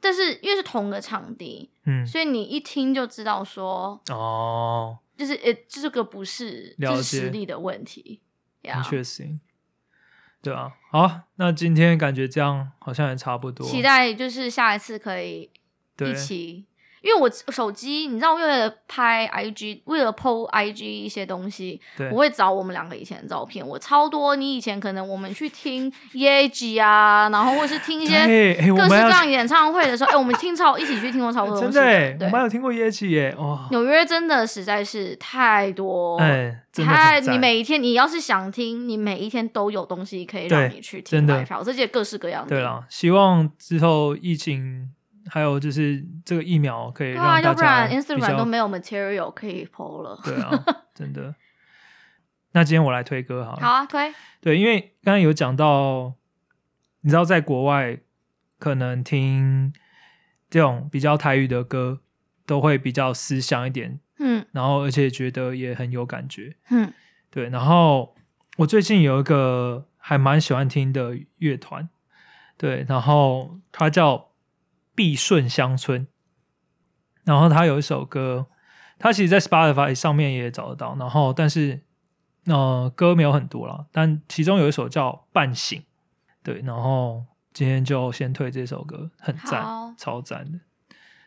S1: 但是因为是同个场地，
S2: 嗯
S1: 所以你一听就知道说，
S2: 哦，
S1: 就是呃，这个不是，
S2: 了
S1: 就是实
S2: 解
S1: 力的问题。呀
S2: 很。嗯确实，对啊，好，那今天感觉这样好像也差不多，
S1: 期待就是下一次可以
S2: 对
S1: 一起，因为我手机，你知道，为了拍 IG，为了 PO IG 一些东西，
S2: 对
S1: 我会找我们两个以前的照片，我超多。你以前可能我们去听耶吉啊，然后或是听一些
S2: 对，哎，我
S1: 各式
S2: 们
S1: 各
S2: 要
S1: 样演唱会的时候，哎、我们听超一起去听过超多东
S2: 真
S1: 西
S2: 的哎，我
S1: 对
S2: 们，还有听过耶奇耶，哇，
S1: 纽约真的实在是太多。
S2: 哎，真的
S1: 太，
S2: 很
S1: 你
S2: 赞，
S1: 每一天，你要是想听，你每一天都有东西可以让
S2: 对
S1: 你去听
S2: 真的
S1: live house，而且各式各样的。
S2: 对啦，希望之后疫情还有就是这个疫苗可以
S1: 对啊，
S2: 让
S1: 要
S2: 大
S1: 不然
S2: 家
S1: Instagram
S2: 比较
S1: 都没有 material 可以 PO 了。
S2: 对啊，真的。那今天我来推 歌好了。
S1: 好啊，推
S2: 对，因为刚刚有讲到，你知道在国外可能听这种比较台语的歌，都会比较思想一点，
S1: 嗯
S2: 然后而且觉得也很有感觉。
S1: 嗯
S2: 对，然后我最近有一个还蛮喜欢听的乐团，对，然后它叫必顺乡村，然后它有一首歌，它其实在 Spotify 上面也找得到，然后但是呃歌没有很多啦，但其中有一首叫《半醒》，对，然后今天就先推这首歌，很
S1: 好
S2: 赞，超赞的。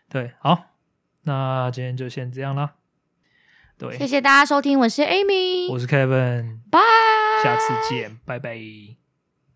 S2: 对，好，那今天就先这样啦。对，
S1: 谢谢大家收听，我是 Amy，
S2: 我是 Kevin，
S1: 拜，
S2: 下次见，拜拜。